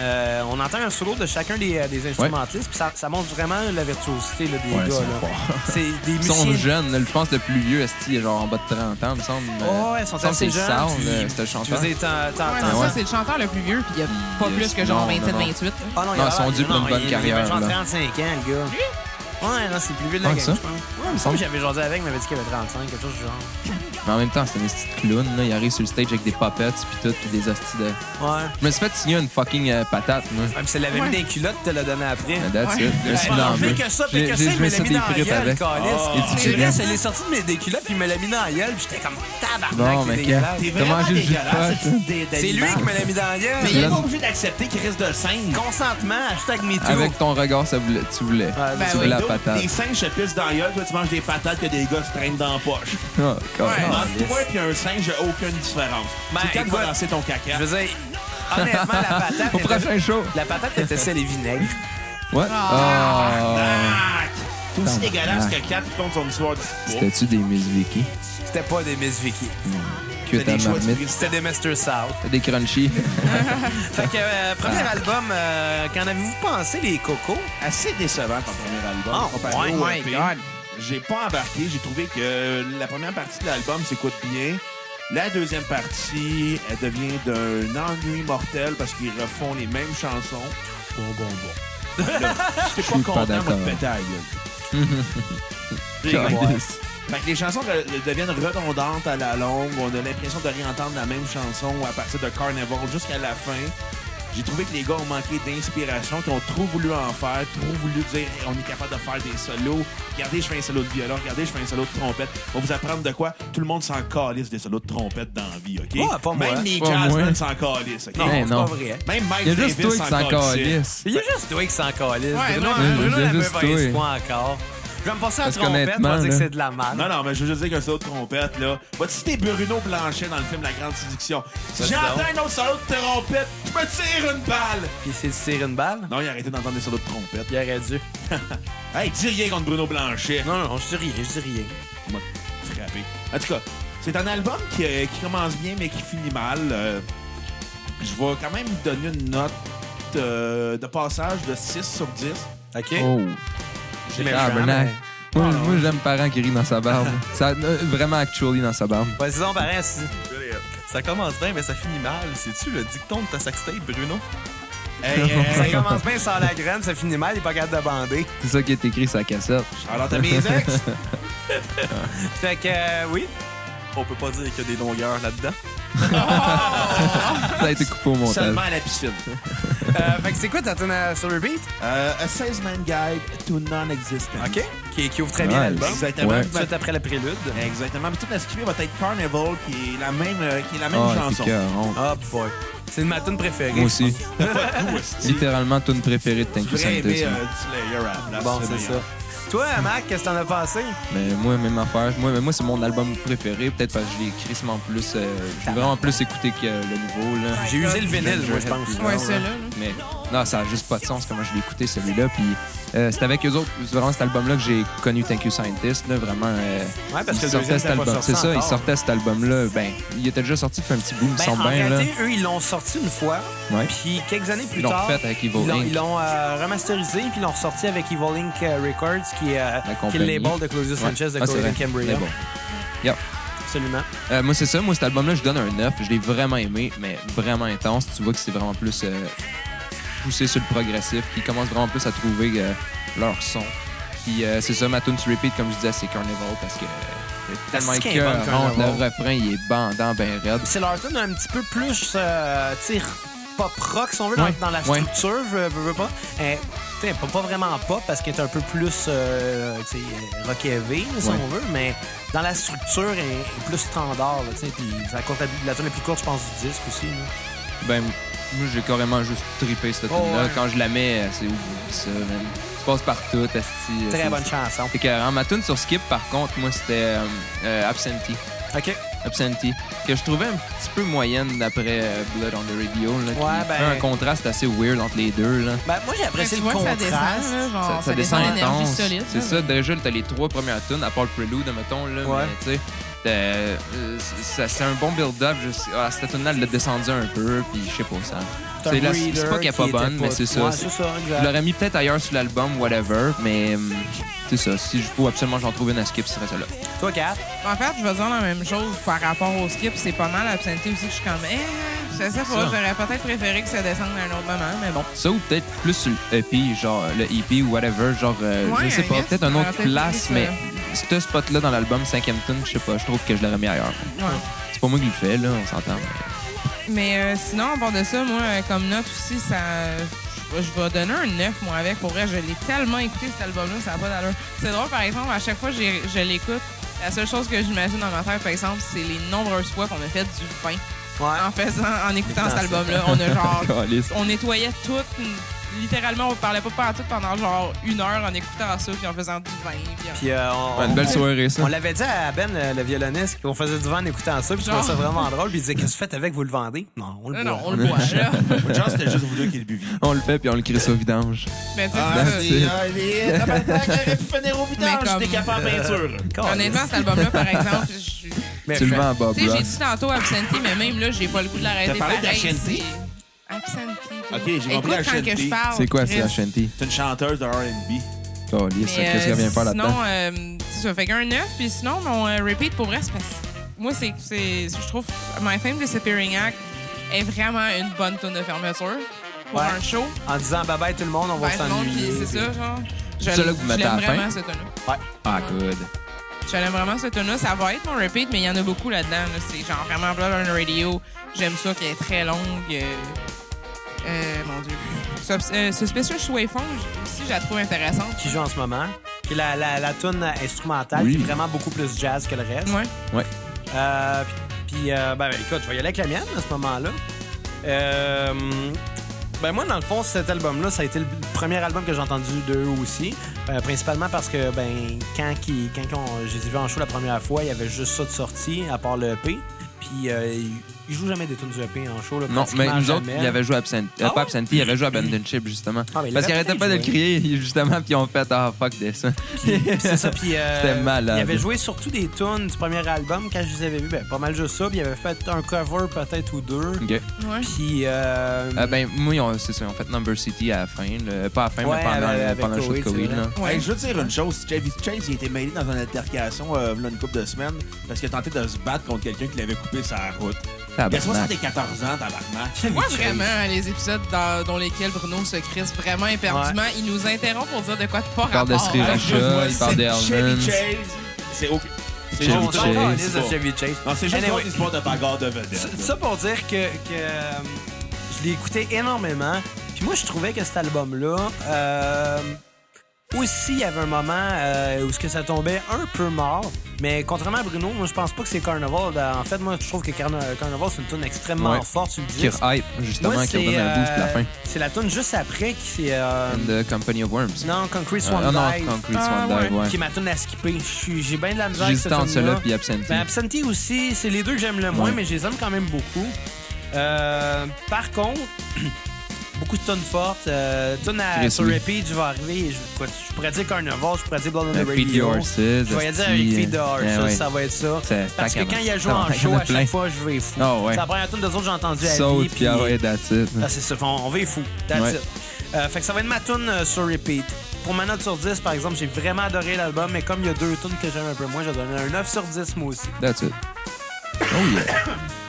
S1: euh, on entend un solo de chacun des, euh, des instrumentistes, puis ça, ça montre vraiment la virtuosité là, des
S5: Ouais,
S1: gars.
S5: ils sont
S1: là.
S5: forts.
S1: C'est des
S5: Ils sont
S1: musiciens.
S5: jeunes, là, je pense le plus vieux, Esti, est genre en bas de 30 ans, il me semble.
S1: Oh, ouais, ils sont
S5: Il me semble
S1: assez
S5: que c'est
S1: jeunes.
S5: le sound,
S1: puis-
S5: euh, c'était le chanteur.
S1: Je veux dire, t'en- t'en-
S4: Ouais,
S1: t'en-
S4: mais
S5: ouais.
S4: ça, c'est le chanteur le plus vieux, puis il n'y a pas
S5: Il-
S4: plus que genre
S5: non, non,
S4: 27,
S5: non.
S4: 28.
S1: Ah non, il
S5: Non,
S1: a
S5: ils sont
S1: l'air-
S5: dû pour
S1: non,
S5: une bonne
S1: il- Il
S5: carrière,
S1: avait genre
S5: là.
S1: 35 ans, le gars. Ouais, non, c'est le plus vieux de la
S5: Tant
S1: gang,
S5: que
S1: je
S5: ça.
S1: pense.
S5: me
S1: Moi,
S5: semble.
S1: j'avais jasé avec, il m'avait dit qu'il avait 35, quelque chose du genre.
S5: Mais en même temps, c'est un esti de clown. Là. Il arrive sur le stage avec des puppets puis tout, puis des hosties de...
S1: Ouais.
S5: Je me suis fait signer une fucking euh, patate, moi.
S1: Même si elle l'avait mis dans les culottes, tu l'as donné après.
S5: Mais That's
S4: Ouais.
S5: it. Je me suis
S1: Ben,
S5: mis dans
S1: non,
S5: la
S1: j'ai
S5: main.
S1: que ça, puis
S5: J'ai-
S1: que ça,
S5: j'ai-
S1: il me
S5: mets
S1: l'a
S5: ça
S1: mis
S5: des
S1: dans la
S5: frites
S1: gueule,
S5: avec. Ah,
S1: calice.
S5: Et du
S1: C'est vrai,
S5: chicken.
S1: ça l'est sorti de mes des culottes, puis il me l'a mis dans la gueule, puis j'étais comme tabarnak,
S5: Non,
S1: c'est
S5: mais
S1: dégueulasse.
S5: T'as mangé le jus de poche. hein?
S1: C'est lui qui me l'a mis dans la
S3: Mais
S1: gueule.
S3: il est pas obligé d'accepter qu'il reste de le scène.
S1: Consentement, hashtag MeToo.
S5: Avec ton regard, ça voulait- tu voulais.
S1: ben
S5: tu
S4: oui.
S5: voulais la
S3: D'autres,
S5: patate.
S3: Des singes se pissent dans la gueule, toi tu manges des patates que des gars se traînent dans la poche.
S5: Oh, God.
S3: Entre toi et un singe, il n'y a aucune différence.
S1: Ben,
S3: C'est quand tu
S1: écoute,
S3: vas lancer ton caca.
S1: Je veux dire, honnêtement, la patate...
S5: Au
S1: était-
S5: prochain show.
S1: La patate était celle et vinaigre.
S5: Ouais. Ah.
S3: Tabarnak! C'est aussi
S5: Tabarnak.
S3: dégueulasse que 4 qui compte son histoire du football.
S5: C'était-tu des Miss Vicky?
S1: C'était pas des Miss Vicky.
S5: Que
S3: T'as
S5: ta
S3: des choix, tu
S5: marmite?
S1: C'était des Mr. South.
S5: T'as des crunchies?
S1: Fait que, euh, premier album, euh, qu'en avez-vous pensé, les cocos?
S3: assez décevant ton premier album.
S1: Oh,
S3: comparé
S1: ouais,
S3: au
S1: my
S3: EP.
S1: God.
S3: J'ai pas embarqué. J'ai trouvé que la première partie de l'album s'écoute bien. La deuxième partie, elle devient d'un ennui mortel parce qu'ils refont les mêmes chansons. Bon, bon, bon. J'étais pas
S5: suis pas
S3: content, moi,
S5: d'accord.
S3: de péter à la gueule. J'ai-
S5: Calice.
S3: fait que les chansons re- deviennent redondantes à la longue. On a l'impression de réentendre la même chanson à partir de Carnival jusqu'à la fin. J'ai trouvé que les gars ont manqué d'inspiration, qu'ils ont trop voulu en faire, trop voulu dire Hey, on est capable de faire des solos. Regardez, je fais un solo de violon, regardez, je fais un solo de trompette. On va vous apprendre de quoi Tout le monde s'en calisse des solos de trompette dans la vie, OK
S1: Ouais, pas moi.
S3: Même les
S5: Pas moi.
S3: jazzmen s'en calissent, OK
S1: Non,
S5: Eh,
S1: c'est pas
S5: non.
S1: vrai.
S3: Même Mike
S5: Il y a juste toi
S3: Davis
S5: qui s'en
S3: calissait.
S5: calisse.
S1: Il y a juste toi qui s'en calisse.
S4: Ouais,
S1: Bruno,
S4: vraiment.
S1: Bruno
S5: Il y a
S1: l'avait
S5: juste
S1: vingt
S5: toi.
S1: fois encore. Je vais me passer à la
S5: Parce
S1: trompette, on
S5: qu'honnêtement,
S1: va dire que
S5: là-
S1: c'est de la merde.
S3: Non, non, mais je veux juste dire qu'un solo de trompette, là. Va-tu citer Bruno Blanchet dans le film La Grande Séduction? Si
S1: Vas-y
S3: j'entends
S1: donc.
S3: un autre solo de trompette, je me tire une balle!
S1: Puis c'est de tirer une balle,
S3: Non, il a arrêté d'entendre des solos de trompette.
S1: il aurait dû.
S3: Hey, dis rien contre Bruno Blanchet!
S1: Non, non, je dis rien, je dis rien.
S3: Il m'a frappé. En tout cas, c'est un album qui, euh, qui commence bien, mais qui finit mal. Euh, je vais quand même donner une note euh, de passage de 6 sur 10.
S1: OK?
S5: Oh,
S1: J'ai mes
S5: tabarnak.
S1: jambes,
S5: Moi,
S3: Ah, non.
S5: moi j'aime parent qui rit dans sa barbe. Ça, euh, vraiment actually dans sa barbe.
S1: mais- Ouais, disons, pareil, si-
S6: Ça commence bien, mais ça finit mal. C'est-tu le dicton de ta sextape, Bruno?
S3: Hey, hey,
S1: euh, ça
S3: hey,
S1: commence bien sans la graine, ça finit mal, il est pas capable de bander.
S5: C'est ça qui est écrit sur la cassette.
S1: ben.
S3: alors t'as mes ex?
S1: Fait que, euh, oui.
S6: On peut pas dire qu'il y a des longueurs là-dedans.
S5: Ça a été coupé au montage.
S3: Ah, Seulement à la piscine.
S1: Euh, fait que c'est quoi ta tune à- sur repeat?
S3: Euh, a Salesman Guide to Non-Existent.
S1: OK? Qui, qui ouvre très bien
S5: Ouais,
S1: l'album.
S3: Exactement.
S5: Ouais. Ah,
S1: Tout de suite après le prélude.
S3: Exactement. Mais toute la skipper va être Carnival, qui est la même, euh, qui est la même
S5: Oh,
S3: chanson. Ah,
S5: t'es cœur, on-
S1: Oh boy. C'est ma tune préférée.
S5: Moi aussi.
S3: Tout,
S5: Littéralement, tune préférée de Thank
S3: J'ai
S5: You Santa.
S3: aimé euh,
S5: ça.
S3: du Slayer à la place.
S1: Bon, c'est
S3: meilleur.
S1: ça. Toi, Mac, qu'est-ce que t'en as passé?
S5: Mais moi, même affaire. Moi, mais moi c'est mon album préféré. Peut-être parce que je l'ai crissement plus. euh, je l'ai vraiment plus écouté que euh, le nouveau. Là.
S1: J'ai usé le vinyle, moi, je pense.
S4: Ouais, c'est là. là.
S5: mais non, ça a juste pas de sens comment je l'ai écouté celui-là. Puis euh, c'est avec eux autres, c'est vraiment cet album-là que j'ai connu Thank You Scientist, là, vraiment. euh,
S1: Ouais, parce
S5: ils
S1: que le
S5: sortaient
S1: deuxième
S5: cet
S1: était pas
S5: album.
S1: sorti
S5: C'est ça, ils
S1: encore.
S5: sortaient cet album-là. Ben, il était déjà sorti depuis un petit bout, il me
S1: Ben,
S5: semble
S1: en
S5: bien, là.
S1: réalité, eux, ils l'ont sorti une fois.
S5: Ouais.
S1: Puis quelques années plus
S5: Ils l'ont
S1: tard,
S5: refait avec Evil
S1: ils l'ont-
S5: Inc.
S1: ils l'ont euh, remasterisé puis ils l'ont ressorti avec Evil Inc. euh, Records, qui est, euh,
S5: La
S1: qui est le
S5: compagnie.
S1: label de Claudio Sanchez de
S5: Ouais. Ah, c'est
S1: Closing
S5: vrai.
S1: Cambria.
S5: Mais bon. Yep.
S1: Absolument.
S5: Euh, moi, c'est ça. Moi, cet album-là, je donne un 9. Je l'ai vraiment aimé, mais vraiment intense. Tu vois que c'est vraiment plus euh, poussé sur le progressif. Puis ils commencent vraiment plus à trouver euh, leur son. Puis euh, c'est ça, ma tune sur repeat, comme je disais, c'est Carnival parce que euh, c'est tellement
S1: Est-ce qu'il est
S5: écœurant.
S1: bon, Carnival?
S5: Le refrain, il est bandant, ben raide.
S1: C'est leur tune un petit peu plus, euh, tu sais, pop rock, si on veut, dans-
S5: Ouais,
S1: dans, la
S5: ouais.
S1: structure, je veux veux pas. Euh, tu sais, pas, pas vraiment pop, parce qu'elle est un peu plus, euh, tu sais, rock heavy, si
S5: Ouais.
S1: on veut, mais dans la structure, elle est plus standard, là, tu sais, puis la, courte- la tune la plus courte, je pense, du disque aussi. là.
S5: Ben, moi, j'ai carrément juste trippé cette
S1: Oh,
S5: tune là
S1: ouais.
S5: Quand je la mets, euh, c'est ouf, ça, man. Tu passes partout, asti.
S1: Très
S5: C'est-
S1: bonne
S5: c'est-
S1: chanson.
S5: C'est écœurant. Ma tune sur Skip, par contre, moi, c'était euh, euh, Absentee.
S1: OK.
S5: Absentee, que je trouvais un petit peu moyenne d'après euh, Blood on the Radio. Là, qui
S1: Ouais, ben-
S5: fait un contraste assez weird entre les deux. Là.
S1: Ben, moi, j'ai
S4: Tu
S1: apprécié le
S4: vois que ça
S1: contraste.
S4: descend, là,
S1: Ah,
S4: genre, ça, descend l'énergie
S5: intense.
S4: solide.
S5: C'est
S4: là.
S5: ça, déjà, t'as les trois premières tunes, à part le prélude, mettons. Là,
S1: Ouais.
S5: mais, tu sais, t'as- euh, c'est c'est un bon build-up. Je sais- ah, Cette tune-là, elle l'a descendu un peu, puis je sais pas ça.
S4: hein.
S1: C'est un
S5: C'est la-
S1: breather
S5: c'est pas qu'elle est pas
S1: qui était
S5: bonne, mais c'est ça.
S1: Ouais,
S5: C'est-
S1: c'est ça,
S5: Je
S1: exact.
S5: l'aurais mis peut-être ailleurs sur l'album, whatever, mais hum, c'est ça. Si je faut absolument j'en trouve une à skip, ce serait celle-là.
S1: Toi, Kat?
S4: En fait, je vais dire la même chose par rapport au skip. C'est pas mal l'absenté aussi que je suis comme. Eh, je sais pas, j'aurais peut-être préféré que ça descende à un autre moment, mais bon.
S5: Ça ou peut-être plus sur le EP, genre le EP ou whatever, genre euh,
S4: Ouais, Ah,
S5: je sais
S4: I
S5: pas,
S4: guess,
S5: peut-être un
S4: on
S5: autre
S4: aurait
S5: place,
S4: peut-être
S5: mais
S4: fait
S5: ce spot-là dans l'album, cinquième tune, je sais pas, je trouve que je l'aurais mis ailleurs.
S4: Ouais.
S5: C'est pas moi qui le fais, là, on s'entend. mais-
S4: Mais euh, sinon, à part de ça, moi, euh, comme note aussi, ça. Je je vais donner un 9, moi, avec. Pour vrai, je l'ai tellement écouté, cet album-là, ça n'a pas d'allure. C'est drôle, par exemple, à chaque fois que j'ai- je l'écoute, la seule chose que j'imagine dans ma tête, par exemple, c'est les nombreuses fois qu'on a fait du pain en faisant, en écoutant cet album-là. On a genre.
S5: Caliste.
S4: on nettoyait tout. Littéralement, on parlait pas partout pendant genre une heure en écoutant ça, puis en faisant du vin. Puis en-
S1: Puis, euh, on,
S5: Ouais, une belle
S1: on-
S5: soirée, ça.
S1: On l'avait dit à Ben, le, le violoniste, qu'on faisait du vent en écoutant ça, puis je
S4: Genre.
S1: trouvais ça vraiment drôle. Puis il disait, qu'est-ce que vous faites avec, vous le vendez? Non, on le boit.
S4: Non, non, on le boit, là.
S3: Moi, Charles, c'était juste vous deux qui le buviez.
S5: On le fait, puis on le crie ça au vidange.
S4: Mais tu sais,
S5: Ah,
S4: c'est ça.
S5: c'est-
S4: Mais comme- j'étais
S3: capable
S1: euh,
S3: en peinture.
S4: Honnêtement, cet album-là, par exemple, je-
S1: Mais
S5: Tu le
S1: fait-
S5: vends à Bob
S4: tu sais, j'ai
S5: Ross.
S4: dit tantôt absenté, mais même là, j'ai pas le goût de l'arrêter.
S3: T'as parlé
S4: pareil,
S3: d'Ashanti?
S4: c'est- Absenté.
S3: Ok, j'ai compris
S4: Écoute quand
S3: Ashanti.
S4: que je parle.
S5: C'est quoi, c'est
S4: Chris.
S5: HNT?
S3: C'est une chanteuse de R&B.
S5: Caliste,
S4: Mais,
S5: qu'est-ce
S4: euh,
S5: qu'elle vient faire là-dedans?
S4: Sinon, euh, ça fait qu'un 9, puis sinon, mon euh, repeat pour vrai, c'est parce que moi, c'est, c'est- je trouve My Fame Disappearing Act est vraiment une bonne tonne de fermeture pour
S1: Ouais.
S4: un show.
S1: En disant bye-bye tout le monde, on va
S4: Ben, non, puis
S1: s'ennuyer.
S4: c'est ça, genre.
S5: C'est ça là que vous
S4: je
S5: mettez
S4: l'aime
S5: à la fin?
S4: vraiment, ce tonneau.
S5: Ah, good.
S4: J'aime vraiment ce tune-là. Ça va être mon repeat, mais il y en a beaucoup là-dedans. là. C'est genre vraiment Blood on the Radio. J'aime ça qui est très longue. Euh, euh, mon Dieu. Ce, euh, ce spécial Fong, aussi, je la trouve intéressante.
S1: Qui joue en ce moment. Puis la, la, la tune instrumentale,
S5: Oui.
S1: qui est vraiment beaucoup plus jazz que le reste.
S4: Ouais.
S1: Euh, puis, puis, euh, ben, ben, écoute, je vais y aller avec la mienne à ce moment-là. Euh, ben moi, dans le fond, cet album-là, ça a été le premier album que j'ai entendu d'eux aussi. Euh, principalement parce que, ben, quand, qui, quand qu'on- je les ai vus en show la première fois, il y avait juste ça de sortie, à part le EP. Puis, euh, ils jouent jamais des tunes du EP en show. Là,
S5: Non, mais
S1: pratiquement
S5: nous autres,
S1: jamais.
S5: ils avaient joué Absentee.
S1: Ah ouais?
S5: Pas Absentee, ils avaient joué Abandon Ship, justement.
S1: Ah, mais ils
S5: Parce qu'ils
S1: l'avaient
S5: arrêtaient pas de le
S1: peut-être
S5: crier, justement, puis ils ont fait Ah, fuck this.
S1: Puis c'est ça. Puis euh,
S5: C'était malade.
S1: Il avait joué surtout des tunes du premier album quand je les avais vus. Ben, pas mal juste ça. Puis il avait fait un cover peut-être ou deux.
S5: Ok.
S4: Ouais.
S1: Puis euh,
S5: Euh, ben, moi, ils ont- c'est ça, ils ont fait Number City à la fin. là. Pas à la fin,
S1: Ouais,
S5: mais pendant,
S1: avec- avec
S5: pendant le show de
S1: Koweït,
S5: Covid.
S1: c'est vrai.
S5: là.
S4: Ouais.
S3: Hey, je veux dire une chose. Chase, Chase il a été mêlé dans une altercation euh, v'là une couple de semaines parce qu'il a tenté de se battre contre quelqu'un qui l'avait coupé sa route. Il a
S5: Tabarnak.
S3: 74 ans, tabarnak.
S4: Moi, vraiment, les épisodes dans, dans lesquels Bruno se crisse vraiment éperdument, il nous interrompt pour dire de quoi de pas
S5: Il parle de
S4: rapport.
S5: Sri
S4: hein.
S5: Racha, il parle
S3: C'est
S5: d'Hermans.
S3: Chevy Chase. C'est OK. C'est
S5: Chevy
S1: on
S3: juste
S5: Chase.
S1: s'en
S3: ça.
S1: calisse de Chevy Chase.
S3: Non, c'est juste
S1: Anyway.
S3: une histoire de bagarre de vedette.
S1: Ça pour dire que, que, euh, je l'ai écouté énormément. Puis moi, je trouvais que cet album-là, euh, aussi, il y avait un moment euh, où ce que ça tombait un peu mort. Mais contrairement à Bruno, moi, je pense pas que c'est Carnival. Ben, En fait, moi, je trouve que Carna- Carnival, c'est une tune extrêmement
S5: Ouais.
S1: forte sur le
S5: Qui
S1: disque.
S5: hype, justement,
S1: Moi,
S5: qui
S1: c'est,
S5: redonne un boost à la
S1: euh,
S5: fin.
S1: C'est la tune juste après qui est. euh,
S5: De Company of Worms.
S1: non, Concrete
S5: Ah,
S1: Swan
S5: non, non,
S1: Dive,
S5: Concrete
S4: Ah,
S5: Swan Dive,
S1: qui est
S5: ouais.
S1: ma tune à skipper. Je suis- J'ai bien de la misère avec
S5: J'hésitais
S1: cette
S5: entre cela
S1: tune-là.
S5: puis Absentee.
S1: Ben, Absentee aussi, c'est les deux que j'aime le moins,
S5: Ouais.
S1: mais je les aime quand même beaucoup. Euh, par contre, Beaucoup de tunes fortes. Euh, tunes à
S5: Chris,
S1: sur
S5: oui.
S1: repeat, je vais arriver. Je, quoi, je pourrais dire Carnival, je pourrais dire Blood on
S5: Euh,
S1: the
S5: Feed
S1: Radio.
S5: the Horses,
S1: Je vais dire
S5: esti,
S1: avec Feed the
S5: euh,
S1: Horses,
S5: eh ouais.
S1: ça va être ça.
S5: C'est
S1: Parce que
S5: tac,
S1: quand il a joué
S5: ça
S1: en
S5: va,
S1: show,
S5: y en
S1: à
S5: a plein.
S1: chaque fois, je vais fou.
S5: Ah ouais.
S1: C'est la première tune des autres que j'ai entendue à vie.
S5: Saute,
S1: puis-
S5: puis ah ouais, that's it.
S1: Ah, c'est ça. On, on va y fou. That's
S5: Ouais.
S1: it. Euh, fait que ça va être ma tune euh, sur repeat. Pour ma note sur 10, par exemple, j'ai vraiment adoré l'album, mais comme il y a deux tunes que j'aime un peu moins, j'ai donné un 9 sur 10 moi aussi.
S5: That's it. Oh yeah.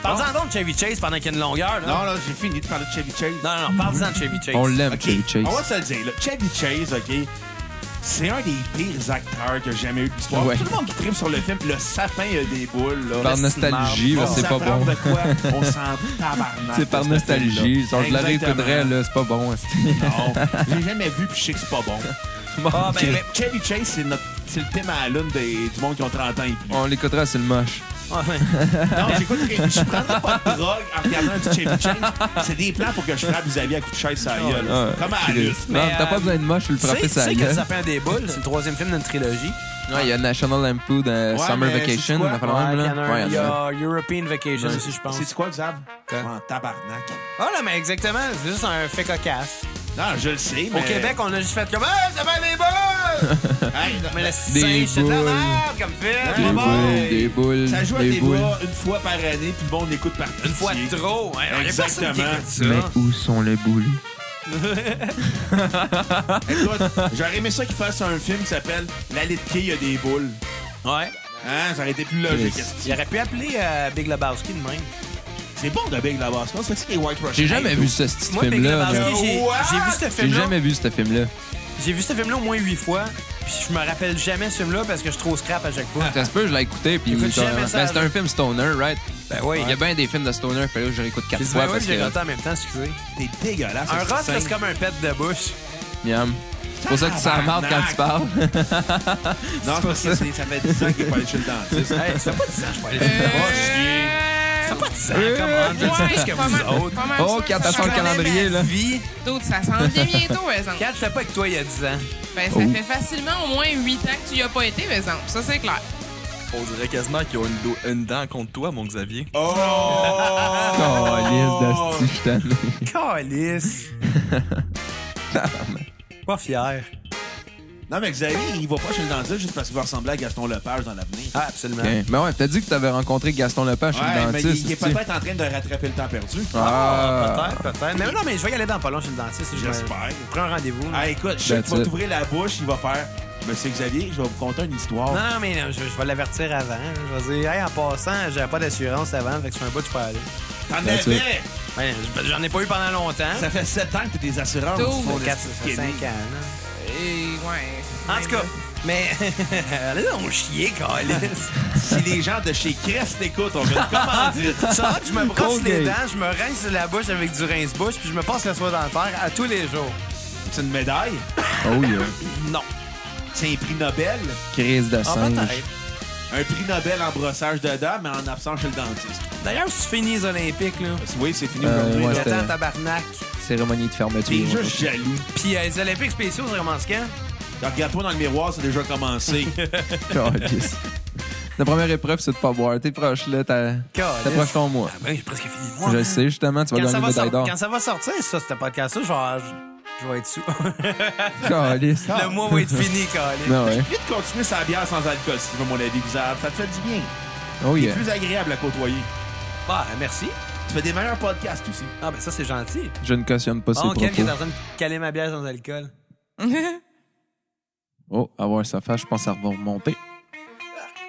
S1: Parle-en donc de Chevy Chase pendant qu'il y a une longueur. Là.
S3: Non, là, j'ai fini de parler de Chevy Chase.
S1: Non, non, non, parle-en de Chevy Chase.
S5: On l'aime,
S3: OK,
S5: Chevy Chase.
S3: Ah, On va se le dire, là. Chevy Chase, OK, c'est un des pires acteurs que j'ai jamais eu de l'histoire.
S5: Ouais.
S3: Tout le monde qui tripe sur le film, le sapin a des boules, là.
S5: Par
S3: Reste
S5: nostalgie,
S3: une marde.
S5: parce que c'est
S3: On
S5: pas
S3: s'apprend
S5: bon.
S3: de quoi, on s'en tabarnak.
S5: C'est par
S3: de ce
S5: nostalgie.
S3: film-là.
S5: Si on je la réécouterais,
S3: Exactement.
S5: là, c'est pas bon. esti.
S3: Non, j'ai jamais vu, puis je sais que c'est pas bon.
S5: Bon,
S1: Ah,
S5: ok.
S1: ben, mais-
S3: Chevy Chase, c'est notre- c'est le thème à la lune des- du monde qui ont 30 ans et plus.
S5: On l'écoutera, c'est le moche.
S1: Ah, ouais.
S3: Non, j'écoute, je prendrais pas de drogue en regardant un petit Chevy Chase. C'est des plans pour que je frappe vis-à-vis à coup de chaise sur la gueule.
S5: Ah,
S3: Comme à la
S5: Chris.
S3: lune.
S5: Non,
S1: Mais,
S5: t'as
S1: euh,
S5: pas besoin de moche, je le
S1: Tu sais-
S5: frapper
S1: tu
S5: sa
S1: sais que le
S5: gueule.
S1: sapin des boules, c'est le troisième film d'une trilogie.
S5: Ouais, il y a National Lampoon dans
S3: Ouais,
S5: Summer
S3: mais
S5: Vacation.
S3: c'est quoi?
S5: on a fait
S1: Ouais,
S5: le même,
S1: il y
S5: là.
S1: en a un,
S5: Ouais,
S1: il
S5: il
S1: y
S5: y en a un.
S1: a European Vacation aussi, je pense.
S3: C'est quoi, Xab?
S1: Quoi?
S3: En tabarnak.
S1: Ah non, mais exactement, c'est juste un fait cocasse.
S3: Non, je le sais, mais...
S1: Au Québec, on a juste fait comme Hey, ça fait des boules!
S3: Hey,
S1: mais le
S5: Des
S1: singe, c'est de la
S5: boules.
S1: merde comme film!
S5: Des
S1: c'est
S3: boules.
S1: bon.
S5: boules, des boules,
S3: ça joue à
S5: des
S3: des
S5: boules.
S3: bras une fois par année, puis le monde l'écoute par
S1: Une fois de trop! Hein, y a personne qui
S3: Exactement.
S1: écoute ça.
S5: Mais où sont les boules?
S3: J'aurais aimé ça qu'ils fassent un film qui s'appelle « La Litkey, il y a des boules
S1: Ouais. ».
S3: Hein, ça aurait été plus logique.
S5: Yes.
S1: Il aurait pu appeler euh, Big Lebowski de même.
S3: C'est bon de Big Lebowski. On se fait que les White Russians.
S5: J'ai jamais vu ce petit
S1: Moi, Big
S5: film-là. là.
S1: Lebowski, j'ai
S3: What?
S1: j'ai vu ce
S5: J'ai
S1: film-là.
S5: jamais vu ce film-là.
S1: J'ai vu ce film-là au moins huit fois, puis je me rappelle jamais ce film-là parce que je suis trop scrap à chaque fois.
S5: Ça se peut, je l'ai écouté. Puis
S1: Écoute,
S5: genre,
S1: jamais
S5: ben,
S1: ça,
S5: c'est
S1: là.
S5: un film stoner, right?
S1: Ben oui.
S5: Il y a bien des films de stoner, puis là, je réécoute quatre
S1: J'ai dit,
S5: fois
S1: ben oui,
S5: parce
S1: j'ai raté
S5: que.
S1: en même temps, excusez.
S3: T'es dégueulasse.
S1: Un rot,
S3: c'est
S1: c'est comme un pet de bouche.
S5: Miam. C'est pour ça que tu sens marre quand tu parles.
S3: Non, c'est parce que c'est- ça fait 10 ans qu'il est pas allé chez le dentiste.
S1: Hey, ça fait pas 10 ans, je peux aller
S4: Euh,
S1: Euh, Ça fait pas 10 ans,
S5: Euh,
S1: comment? Je sais plus que
S4: pas mal-
S1: vous autres.
S4: pas mal
S5: Oh,
S4: sûr
S5: carte
S4: que
S5: à
S4: ça
S5: son
S4: s'en vient
S5: calendrier, là.
S1: Vie,
S4: bientôt. Ça s'en vient bientôt, par exemple.
S1: quand j'étais pas avec toi il y a 10 ans,
S4: Ben, ça
S5: Oh.
S4: fait facilement au moins 8 ans que tu y as pas été, par exemple. Ça, c'est clair.
S6: On dirait quasiment qu'ils ont une, do- une dent contre toi, mon Xavier.
S3: Oh!
S5: Oh, liste d'asti, je t'en
S1: calice. Ah, pas fier.
S3: Non, mais Xavier, il va pas chez le dentiste juste parce qu'il va ressembler à Gaston Lepage dans l'avenir.
S1: Ah, absolument.
S5: Ok. Mais Ben ouais, t'as dit que t'avais rencontré Gaston Lepage chez
S3: Ouais,
S5: le
S3: mais
S5: dentiste.
S3: il, il est
S5: tu sais.
S3: peut-être en train de rattraper le temps perdu.
S5: Ah,
S1: Peut-être, peut-être. Mais non, mais je vais y aller dans pas long chez le dentiste. je me-
S3: J'espère.
S1: Prends un rendez-vous. là.
S3: Ah, écoute, je sais
S5: That's
S3: qu'il va
S5: it.
S3: t'ouvrir la bouche, il va faire Monsieur Xavier, je vais vous conter une histoire.
S1: Non, non, mais non, je, je vais l'avertir avant. Je vais dire, hey, en passant, j'avais pas d'assurance avant, fait que je suis un bout, je peux aller.
S3: T'en
S5: That's
S3: avais!
S5: it.
S1: Ouais, j- j'en ai pas eu pendant longtemps.
S3: Ça fait 7 ans que t'es des assureurs.
S4: Tout.
S3: qui font des
S1: 4,
S3: petits
S1: 5 ans.
S3: skinny.
S1: là.
S4: Et, ouais.
S1: En tout cas, mais. Allez, on chier, calice.
S3: Si les gens de chez Crest écoutent, on va te commander.
S1: Ça, je me brosse les
S5: Colgate.
S1: dents, je me rince la bouche avec du rince-bouche, puis je me passe le soie dentaire à tous les jours.
S3: C'est une médaille,
S5: oh yeah.
S1: Non.
S3: c'est un prix Nobel,
S5: Crise de
S1: Ah,
S5: singe.
S1: peut-être.
S3: un prix Nobel en brossage de dents, mais en absence chez le dentiste.
S1: D'ailleurs, si tu finis les Olympiques, là,
S3: Parce que, Oui, c'est fini
S5: Euh,
S3: aujourd'hui.
S5: ouais,
S3: là.
S5: c'était-
S1: j'attends tabarnak.
S5: Cérémonie de
S3: T'es
S5: fermeture.
S3: juste jaloux.
S1: Puis euh, les Olympiques spéciaux, c'est vraiment ce quand?
S3: Alors, Regarde-toi dans le miroir, c'est déjà commencé.
S5: Calisse. La première épreuve, c'est de pas boire. T'es proche, là. t'as-
S1: Calisse.
S5: T'es proche ton moi.
S1: Ah ben, j'ai presque fini, moi.
S5: Je le sais, justement. Tu vas
S1: Quand
S5: gagner
S1: ça,
S5: une
S1: va
S5: médaille
S1: sortir,
S5: d'or.
S1: quand ça va sortir, ça, ce podcast-là, je vais- je vais être sous.
S5: Calisse.
S1: Le mois va être fini, Colin.
S5: Ah. Non, Ah ouais.
S3: Vite continuer sa bière sans alcool, si tu veux mon avis, bizarre. Ça te fait du bien.
S5: Oh
S3: C'est
S5: yeah.
S3: plus agréable à côtoyer.
S1: Bah, merci.
S3: Tu fais des meilleurs podcasts aussi.
S1: Ah, ben ça, c'est gentil.
S5: Je ne cautionne pas ces
S1: Oh, Kev qui est en
S5: propos.
S1: train de caler ma bière sans alcool.
S5: Oh, avoir sa face, je pense que ça va remonter.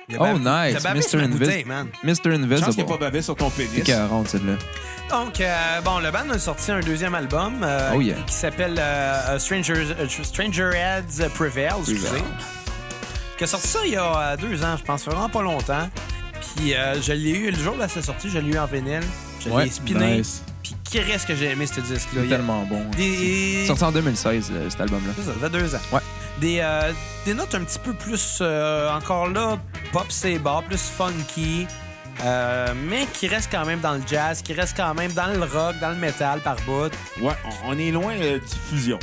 S1: Il a
S5: Oh,
S1: bavé-
S5: nice.
S1: il a bavé
S5: Mr.
S1: sur ma
S5: Invis-
S1: bouteille, man.
S5: Mr.
S3: Je pense qu'il
S5: Invisible.
S3: n'y a pas bavé sur ton pénis.
S5: C'est 40, celle-là.
S1: Donc, euh, bon, le band a sorti un deuxième album euh,
S5: Oh, yeah.
S1: qui s'appelle euh, euh, Stranger, euh, Stranger Heads Prevail, excusez. Qui a sorti ça il y a euh, deux ans, je pense, vraiment pas longtemps. Puis euh, je l'ai eu le jour de sa sortie, je l'ai eu en vinyle. Je
S5: Ouais,
S1: l'ai spiné.
S5: nice.
S1: Puis qu'est-ce que j'ai aimé ce disque-là?
S5: C'est
S1: Il y a
S5: tellement bon. hein,
S1: Des...
S5: Sorti en 2016, le- euh, cet album-là.
S1: Ça, ça fait deux ans.
S5: Ouais.
S1: Des, euh, des notes un petit peu plus, euh, encore là, pop c'est bar, plus funky, euh, mais qui reste quand même dans le jazz, qui reste quand même dans le rock, dans le métal par bout.
S3: Ouais, on- on est loin euh, du fusion.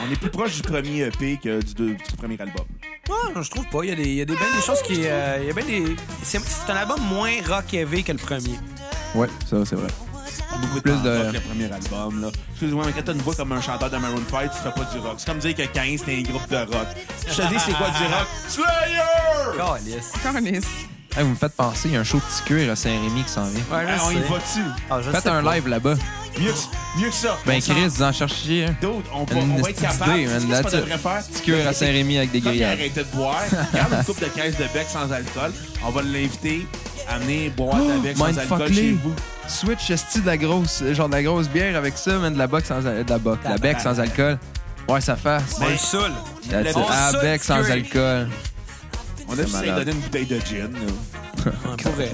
S3: On est plus proche du premier EP que du, deux- du premier album.
S1: Ouais, je trouve pas. Il y a des, il y a des belles des choses qui. euh, il y a bien des. C'est c'est un album moins rock heavy que le premier.
S5: Ouais, ça, c'est vrai.
S3: beaucoup
S5: Plus
S3: plus de
S5: de-
S3: rock, le premier album. là. Excuse-moi, mais quand t'as une voix comme un chanteur de Maroon 5, tu fais pas du rock. C'est comme dire que 15, t'es un groupe de rock. Je te dis, c'est quoi du rock? Slayer!
S1: Calisse.
S4: Câlisse.
S5: Hey, vous me faites penser, il y a un show de petit cuir à Saint-Rémy qui s'en vient.
S1: Ouais, je
S3: Hey, on y
S1: sais.
S3: va-tu?
S1: Ah, je
S5: Faites
S1: sais
S5: un
S1: pas.
S5: live là-bas.
S3: Mieux, que- mieux que ça.
S5: Ben,
S3: On s'en-
S5: Chris, vous en cherchez. hein.
S3: D'autres, on, va-
S5: Une
S3: on va être
S5: petite
S3: capable.
S5: idée, man,
S3: Tu sais ce qu'on
S5: that's it.
S3: devrait faire?
S5: Petit cuir à Saint-Rémy hein. avec des
S3: Quand il a
S5: grillades.
S3: arrêté de boire, garde une coupe de caisse de bec sans alcool. On va l'inviter à venir boire
S5: Oh,
S3: de la bec sans
S5: Mindfuck
S3: alcool chez
S5: les.
S3: vous.
S5: Switch, esti de la grosse, euh, genre de la grosse bière avec ça, man, de la boc sans, de la boc, de la bec sans alcool. Ouais, ça fasse.
S1: On le saoule.
S5: That's it.
S1: on
S5: Ah,
S1: saute
S5: bec sans
S1: cuir.
S5: alcool.
S3: On a juste
S5: malade.
S3: donné une bouteille de gin. là.
S1: Ouais, pour vrai.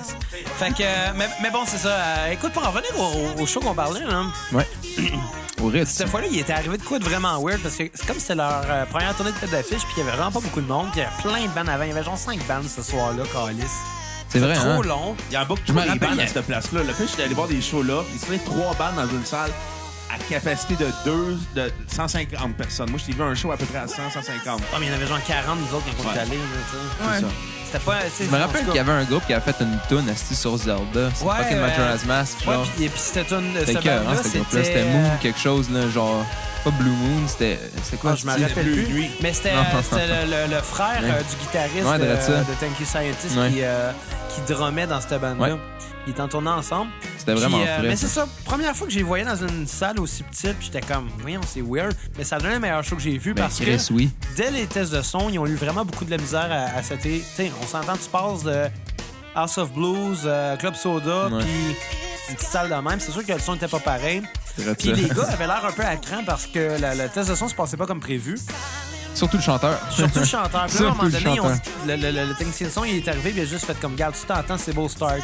S1: Fait que, euh, mais, mais bon, c'est ça. Euh, écoute, pour en revenir au, au show qu'on parlait, là,
S5: Ouais. Au rythme.
S1: cette fois-là, il était arrivé de quoi de vraiment weird parce que c'est comme c'était leur euh, première tournée de tête d'affiche, puis il y avait vraiment pas beaucoup de monde, puis il y avait plein de bandes avant. Il y avait genre 5 bandes ce soir-là, Calice.
S5: C'est vrai,
S1: trop
S5: hein?
S1: long.
S3: Il y a en bas que
S5: Je me
S3: tous les
S5: rappelle,
S3: bandes
S5: il y
S3: à
S5: a-
S3: cette place-là. Le fait, j'étais allé voir des shows là. Il y avait trois bandes dans une salle à capacité de, deux, de 150 personnes. Moi, j'ai vu un show à peu près à 100, 150.
S1: Ah, mais il y en avait genre 40 nous autres quand on est
S3: Ouais.
S1: allés. là, tu sais.
S4: Ouais.
S3: C'est ça.
S1: C'était pas.
S5: Je me rappelle qu'il y avait un groupe qui avait fait une tune esti sur Zelda. C'est
S1: Ouais,
S5: fucking
S1: euh,
S5: Majora's Mask,
S1: Ouais,
S5: genre.
S1: puis- et puis c'était une.
S5: C'était
S1: cette
S5: cœur, hein,
S1: bande-là,
S5: ce groupe-là. C'était Moon, quelque chose, là, genre. Pas Blue Moon, c'était. C'était quoi
S1: Ah, je me
S5: esti?
S1: rappelle
S3: Bleu
S1: plus.
S3: nuit.
S1: Mais c'était
S5: Non.
S1: c'était le, le- le frère
S5: Ouais.
S1: euh, du guitariste
S5: Ouais,
S1: de,
S5: drette ça.
S1: de Thank You Scientist
S5: Ouais.
S1: qui, euh, qui drummait dans cette bande-là.
S5: Ouais.
S1: Ils étaient en tournée ensemble.
S5: C'était vraiment
S1: Puis, euh,
S5: frais.
S1: Mais c'est ça, première fois que j'ai voyé dans une salle aussi petite, puis j'étais comme, voyons, c'est weird. Mais ça a donné le meilleur show que j'ai vu
S5: Ben,
S1: parce
S5: Chris,
S1: que
S5: oui.
S1: dès les tests de son, ils ont eu vraiment beaucoup de la misère à, à sauter. Tu sais, on s'entend, tu passes de House of Blues, euh, Club Soda,
S5: Ouais.
S1: puis une petite salle de même. C'est sûr que le son n'était pas pareil.
S5: Drette
S1: Puis
S5: ça.
S1: les gars avaient l'air un peu à cran parce que la- le test de son se passait pas comme prévu.
S5: Surtout le chanteur.
S1: Surtout le chanteur. Puis là, à un
S5: Surtout
S1: moment
S5: le
S1: donné, on-
S5: chanteur.
S1: le, le, le, le technicien de son, il est arrivé, puis il a juste fait comme, garde, tu t'entends, c'est beau start.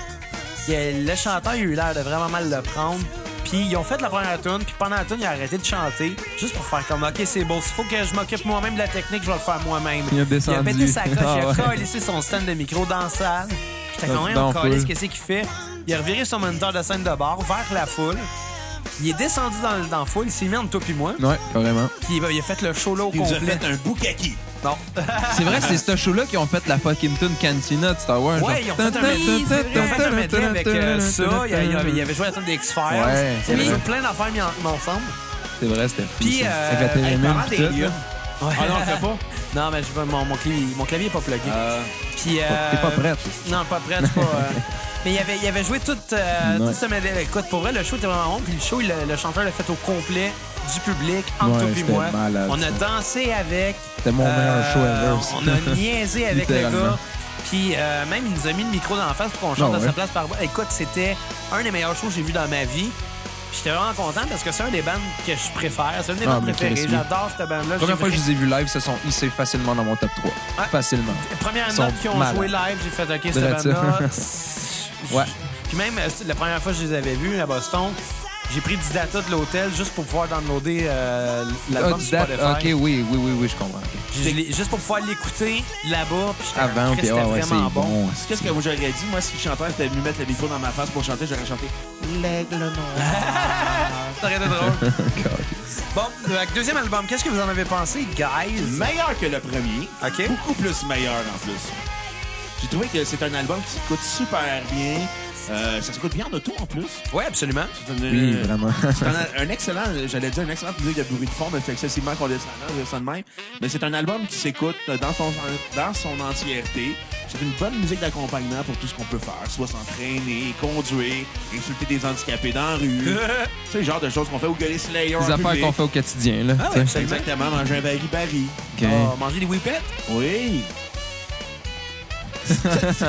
S1: Puis, euh, le chanteur, il a eu l'air de vraiment mal le prendre. Puis ils ont fait la première tune, puis pendant la tune, il a arrêté de chanter, juste pour faire comme, OK, c'est beau, il faut que je m'occupe moi-même de la technique, je vais le faire moi-même.
S5: Il a descendu.
S1: pété sa coche,
S5: Ah
S1: il a
S5: ouais.
S1: collissé son stand de micro dans la salle. J'étais quand
S5: Ah, dans
S1: même
S5: la
S1: collé,
S5: foule.
S1: qu'est-ce qu'il fait? Il a reviré son moniteur de scène de bord vers la foule. Il est descendu dans, dans la foule, il s'est mis entre toi puis moi,
S5: Ouais, carrément.
S1: puis il a- il a fait le show là au
S3: Il nous a
S1: complet.
S3: fait un boucaki.
S1: Non.
S5: C'est vrai que c'est ce show-là qui ont fait la fucking tune Cantina de Star Wars.
S1: Ouais, ils ont fait un medley. Ils ont fait un medley avec euh, ça. Il y a- il y avait- il y avait joué à la tune des X-Files.
S5: Ouais,
S1: il y avait
S5: oui.
S1: joué plein d'affaires mis, en- ensemble.
S5: C'est vrai, c'était fou.
S1: Puis,
S5: ça.
S1: euh,
S5: Avec la
S1: hey,
S5: thérémine
S1: parlant
S5: pis
S1: des
S5: tout,
S1: lieux.
S5: là.
S1: Ouais.
S3: Ah non, on le fait pas?
S1: Non, mais je, mon, mon, clavier, mon clavier est pas plugué.
S3: Euh,
S1: Puis, euh,
S5: T'es pas prête.
S1: Non, pas prête. c'est Pas, euh, mais il y avait, il y avait joué tout, euh,
S5: Ouais.
S1: tout ce medley. Écoute, pour vrai, le show était vraiment bon. Puis le show, il- le, chanteur l'a fait au complet du public, entre
S5: Ouais,
S1: toi et
S5: c'était
S1: moi.
S5: malade,
S1: on a
S5: ça.
S1: dansé avec.
S5: C'était mon meilleur show ever, ça.
S1: Euh, On a niaisé avec le
S5: Littéralement.
S1: gars. Puis euh, même, il nous a mis le micro dans la face pour qu'on chante
S5: Ah
S1: à
S5: ouais.
S1: sa place par voix. Écoute, c'était un des meilleurs shows que j'ai vu dans ma vie. Puis J'étais vraiment content parce que c'est un des bandes que je préfère. C'est un des
S5: Ah,
S1: bandes
S5: mais
S1: préférées.
S5: Chris, oui.
S1: J'adore cette bande-là.
S5: La première
S1: J'ai
S5: fois que je
S1: vraiment-
S5: les ai vus live, ils se sont hissés facilement dans mon top 3.
S1: Ouais.
S5: Facilement.
S1: Première
S5: Ils
S1: note
S5: sont
S1: qu'ils ont
S5: malades.
S1: joué live, j'ai fait OK, cette
S5: Drette ça.
S1: bande-là.
S5: Ouais.
S1: Puis même, euh, la première fois que je les avais vus à Boston, j'ai pris du data de l'hôtel juste pour pouvoir downloader euh,
S5: Ah,
S1: l'album
S5: du
S1: sur
S5: date-
S1: Spotify.
S5: Ok, oui, oui, oui, oui, je comprends. ok.
S1: Je l'ai- Juste pour pouvoir l'écouter là-bas. Puis j'étais
S5: Avant,
S1: comme,
S5: puis
S1: Christ,
S5: ah
S1: c'était
S5: ouais, c'est
S1: vraiment bon.
S5: bon.
S3: Qu'est-ce que moi j'aurais dit? Moi, si le chanteur était venu mettre le micro dans ma face pour chanter, j'aurais chanté.
S1: Ça aurait été drôle. Bon, euh, deuxième album, qu'est-ce que vous en avez pensé, guys?
S3: meilleur que le premier.
S1: OK.
S3: Beaucoup plus meilleur en plus. J'ai trouvé que c'est un album qui s'écoute super bien. Euh, ça s'écoute bien en auto en plus.
S1: Ouais, absolument.
S3: C'est un-
S5: Oui,
S3: euh,
S5: vraiment.
S3: C'est un, un excellent, j'allais dire, un excellent musique de bruit de fond, mais c'est excessivement condescendant, je dis ça de même. Mais c'est un album qui s'écoute dans son, dans son entièreté. C'est une bonne musique d'accompagnement pour tout ce qu'on peut faire, soit s'entraîner, conduire, insulter des handicapés dans la rue. tu sais, le genre de choses qu'on fait, ou gueuler Slayer. en
S5: Les affaires
S3: public.
S5: qu'on fait au quotidien, là.
S1: Ah
S5: tu
S1: ouais,
S5: sais.
S1: absolument.
S3: Exactement, manger un baril-baril.
S5: Ok.
S1: Ah, manger des whippets?
S3: Oui.
S5: Ok.
S3: Parce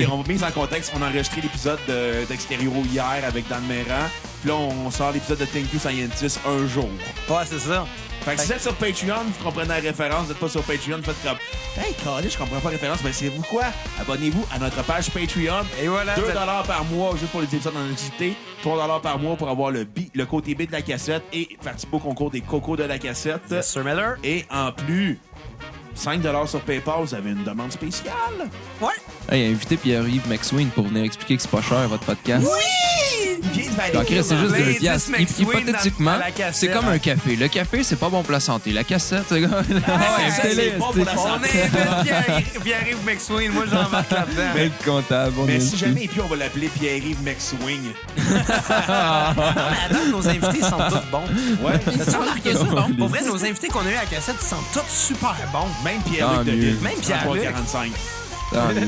S3: qu'on va mettre en contexte, on a enregistré l'épisode de- d'Extérieur hier avec Dan Meran. Puis là, on sort l'épisode de Thank You Scientist un jour.
S1: Ouais, c'est ça.
S3: Fait que si vous êtes sur Patreon, vous comprenez la référence. Vous n'êtes pas sur Patreon, faites comme Hey, calé, je comprends pas la référence. Ben, c'est vous quoi Abonnez-vous à notre page Patreon.
S1: Et voilà.
S3: 2
S1: vous êtes-
S3: par mois juste pour les épisodes en excité, 3 par mois pour avoir le, bi- le côté B de la cassette et participer au concours des cocos de la cassette.
S1: Sir Miller.
S3: Et en plus, 5 sur PayPal, vous avez une demande spéciale.
S1: Ouais.
S5: Hey, invité Pierre-Yves McSween pour venir expliquer que c'est pas cher votre podcast.
S1: Oui!
S3: Il vient de
S5: Donc,
S3: valider.
S5: Chris, c'est juste deux
S1: L'indice
S5: piastres. Hy-
S1: McSween
S5: Hypothétiquement,
S1: dans- à la cassette.
S5: c'est comme un café. Le café, c'est pas bon pour la santé. La cassette, c'est comme...
S1: Ah ouais,
S5: Achetez-les,
S3: c'est bon pour
S5: c'est-
S3: la
S1: On invite Pierre- Pierre-Yves McSween. Moi, j'en marque là-dedans.
S5: Mais le comptable, on
S3: Mais
S5: est
S3: si
S5: dessus.
S3: jamais, et puis on va l'appeler Pierre-Yves McSwing.
S1: Ah, mais Adam, nos invités sont tous bons.
S3: Ouais.
S1: T'as-tu remarqué ça? hein,
S5: Bon.
S1: Pour vrai, nos invités qu'on a eu à la cassette, ils sont tous super bons.
S3: Même
S5: Tant
S3: Pierre-Luc de
S5: mieux.
S3: Ville.
S1: Même Pierre-Luc.
S3: 45.
S5: Tant mieux.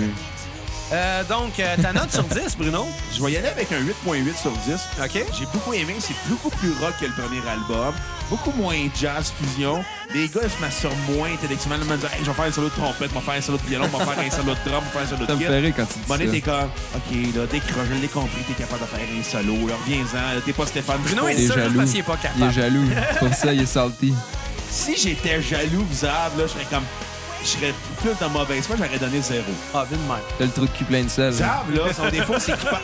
S1: Euh, donc, euh, ta note sur 10, Bruno?
S3: Je vais y aller avec un 8.8 sur 10.
S1: OK.
S3: J'ai beaucoup aimé, c'est beaucoup plus rock que le premier album, beaucoup moins jazz fusion. Les gars se masturbent moins intellectuellement, ils me disent hey, je vais faire un solo de trompette, je vais faire un solo de violon, je vais faire un solo de drum, je vais faire un solo de
S5: Ça me
S3: kit.
S5: fait rire quand tu dis
S3: Monnaie,
S5: ça.
S3: t'es comme, OK, là, décroche, je l'ai compris, t'es capable de faire un solo, là, reviens-en, là, t'es pas Stéphane
S1: Bruno
S3: Foucault.
S1: est
S5: Il est
S1: ça, juste
S5: jaloux.
S1: parce qu'il est pas
S5: Il est
S1: capable.
S5: jaloux. C'est Pour ça, il est salty.
S3: Si j'étais jaloux, vous avez, là, je serais comme, je serais plus dans mauvaise foi, j'aurais donné zéro.
S1: Ah, vu de même.
S5: T'as le trou de cul plein de sel.
S3: Zab, là, son défaut, c'est qu'il pense.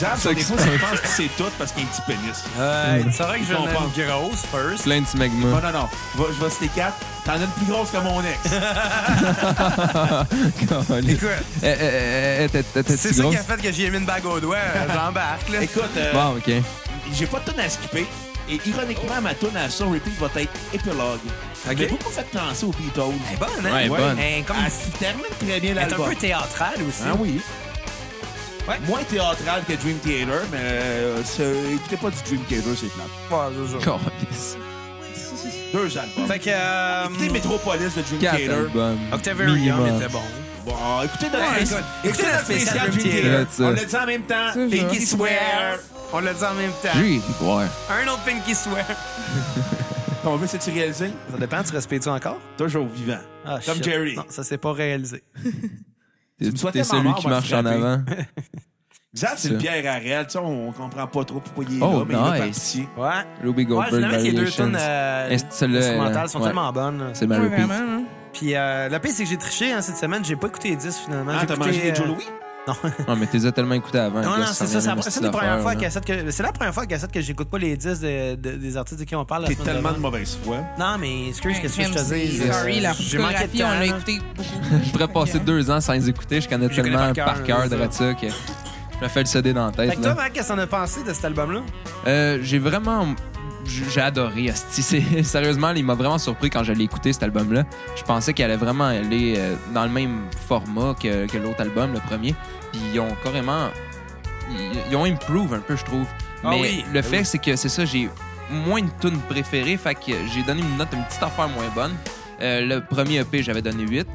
S3: Zab, son
S5: Ça
S3: défaut, c'est qu'il pense que c'est tout parce qu'il a un petit pénis.
S1: Euh, c'est vrai que je
S3: Bon,
S1: n'ai
S3: bon.
S1: une grosse first.
S5: Plein de petits
S3: Non,
S5: magma.
S3: non, non. Je vais- Je vais citer quatre. T'en as une plus grosse que mon ex.
S5: Écoute,
S1: Écoute,
S5: eh,
S1: c'est
S5: t'es
S1: ça
S5: grosse.
S1: qui a fait que j'ai mis une bague au doigt. euh, J'embarque, là.
S3: Écoute, euh,
S5: Bon, OK.
S3: j'ai pas de tonne à skipper. Et ironiquement, ma tonne à son repeat va être épilogue. Ça m'a beaucoup fait penser aux Beatles.
S1: Elle est bonne, hein?
S5: Ouais, elle est bonne.
S1: Elle est comme...
S3: Elle se termine très bien
S1: Elle est un
S3: l'album.
S1: peu théâtrale aussi.
S3: Ah oui. Moins théâtral que Dream Theater, mais euh, c'est- écoutez pas du Dream Theater, c'est plate.
S5: Câlisse.
S3: Deux albums.
S1: Fait que... euh,
S3: écoutez Metropolis de Dream
S5: Quatre
S3: Theater.
S5: albums.
S1: Octavarium
S5: Minimum.
S1: était bon.
S3: Bon, écoutez notre,
S1: Ouais, écoute, écoutez notre spécial Dream
S5: Theater.
S3: On l'a dit en même temps.
S4: C'est ça.
S3: Pinky Swear.
S1: On l'a dit en même temps.
S5: J'ai ouais.
S1: Un autre Pinky Swear.
S3: Ton vœu, c'est-tu réalisé?
S1: Ça dépend, tu respectes-tu encore? Ah,
S3: Toujours vivant. Comme Jerry.
S1: Non, ça s'est pas réalisé.
S5: T'es
S3: souhaitais
S5: t'es celui
S3: ma mort,
S5: qui
S3: on va
S5: marche
S3: se
S5: en
S3: frapper.
S5: avant.
S3: Zab, c'est
S5: Ça.
S3: le Pierre Harel. Tu sais, on on comprend pas trop pourquoi il est
S5: Oh,
S3: là, mais il est
S5: nice.
S3: parti.
S1: Ouais.
S5: Ruby
S1: Ouais,
S5: Goldberg
S1: finalement, les deux
S5: Variations.
S1: tonnes euh,
S5: Est-ce que celle-là,
S1: instrumentales sont
S5: ouais.
S1: tellement bonnes. là.
S5: C'est ma
S4: Ouais,
S5: repeat.
S4: vraiment, hein.
S1: Puis euh, la pire, c'est que j'ai triché hein, cette semaine. J'ai pas écouté les 10 finalement.
S3: Ah,
S1: J'ai
S3: t'as
S1: écouté,
S3: mangé des Joe
S1: euh,
S3: Louis?
S5: Non, mais t'es tellement écouté avant.
S1: Non,
S5: Guess,
S1: non, c'est ça.
S5: vient
S1: ça-
S5: de
S1: C'est
S5: cette
S1: la première
S5: affaire,
S1: fois à
S5: là.
S1: cassette que c'est la première fois à cassette que j'écoute pas les 10 de- de- des artistes de qui on parle. la
S3: T'es
S1: semaine
S3: tellement de
S1: d'avant.
S3: mauvaise foi.
S1: Non, mais excuse
S4: Ouais,
S1: qu'est-ce que je te
S4: Ramsey,
S1: dis.
S4: Sorry, la
S1: J'ai manqué de
S4: photographie,
S1: temps.
S4: on l'a
S1: là.
S4: écouté beaucoup.
S5: Je pourrais passer deux ans sans les écouter. Je connais
S1: Je connais
S5: tellement
S1: par
S5: par
S1: cœur,
S5: cœur de
S1: c'est
S5: ça que je me fais le CD dans la
S1: Fait
S5: tête.
S1: que
S5: là.
S1: toi, Mac, qu'est-ce que t'en as pensé de cet album-là?
S5: Euh, j'ai vraiment. J'ai j'ai adoré asti. C'est- Sérieusement, il m'a vraiment surpris quand je l'ai écouté, cet album-là. Je pensais qu'il allait vraiment aller euh, dans le même format que, que l'autre album, le premier. Puis ils ont carrément. Ils, ils ont improve un peu, je trouve.
S1: Ah
S5: Mais
S1: oui,
S5: le
S1: ben
S5: fait, c'est que c'est ça, j'ai moins de tunes préférées. Fait que j'ai donné une note, une petite affaire moins bonne. Euh, le premier EP, j'avais donné 8.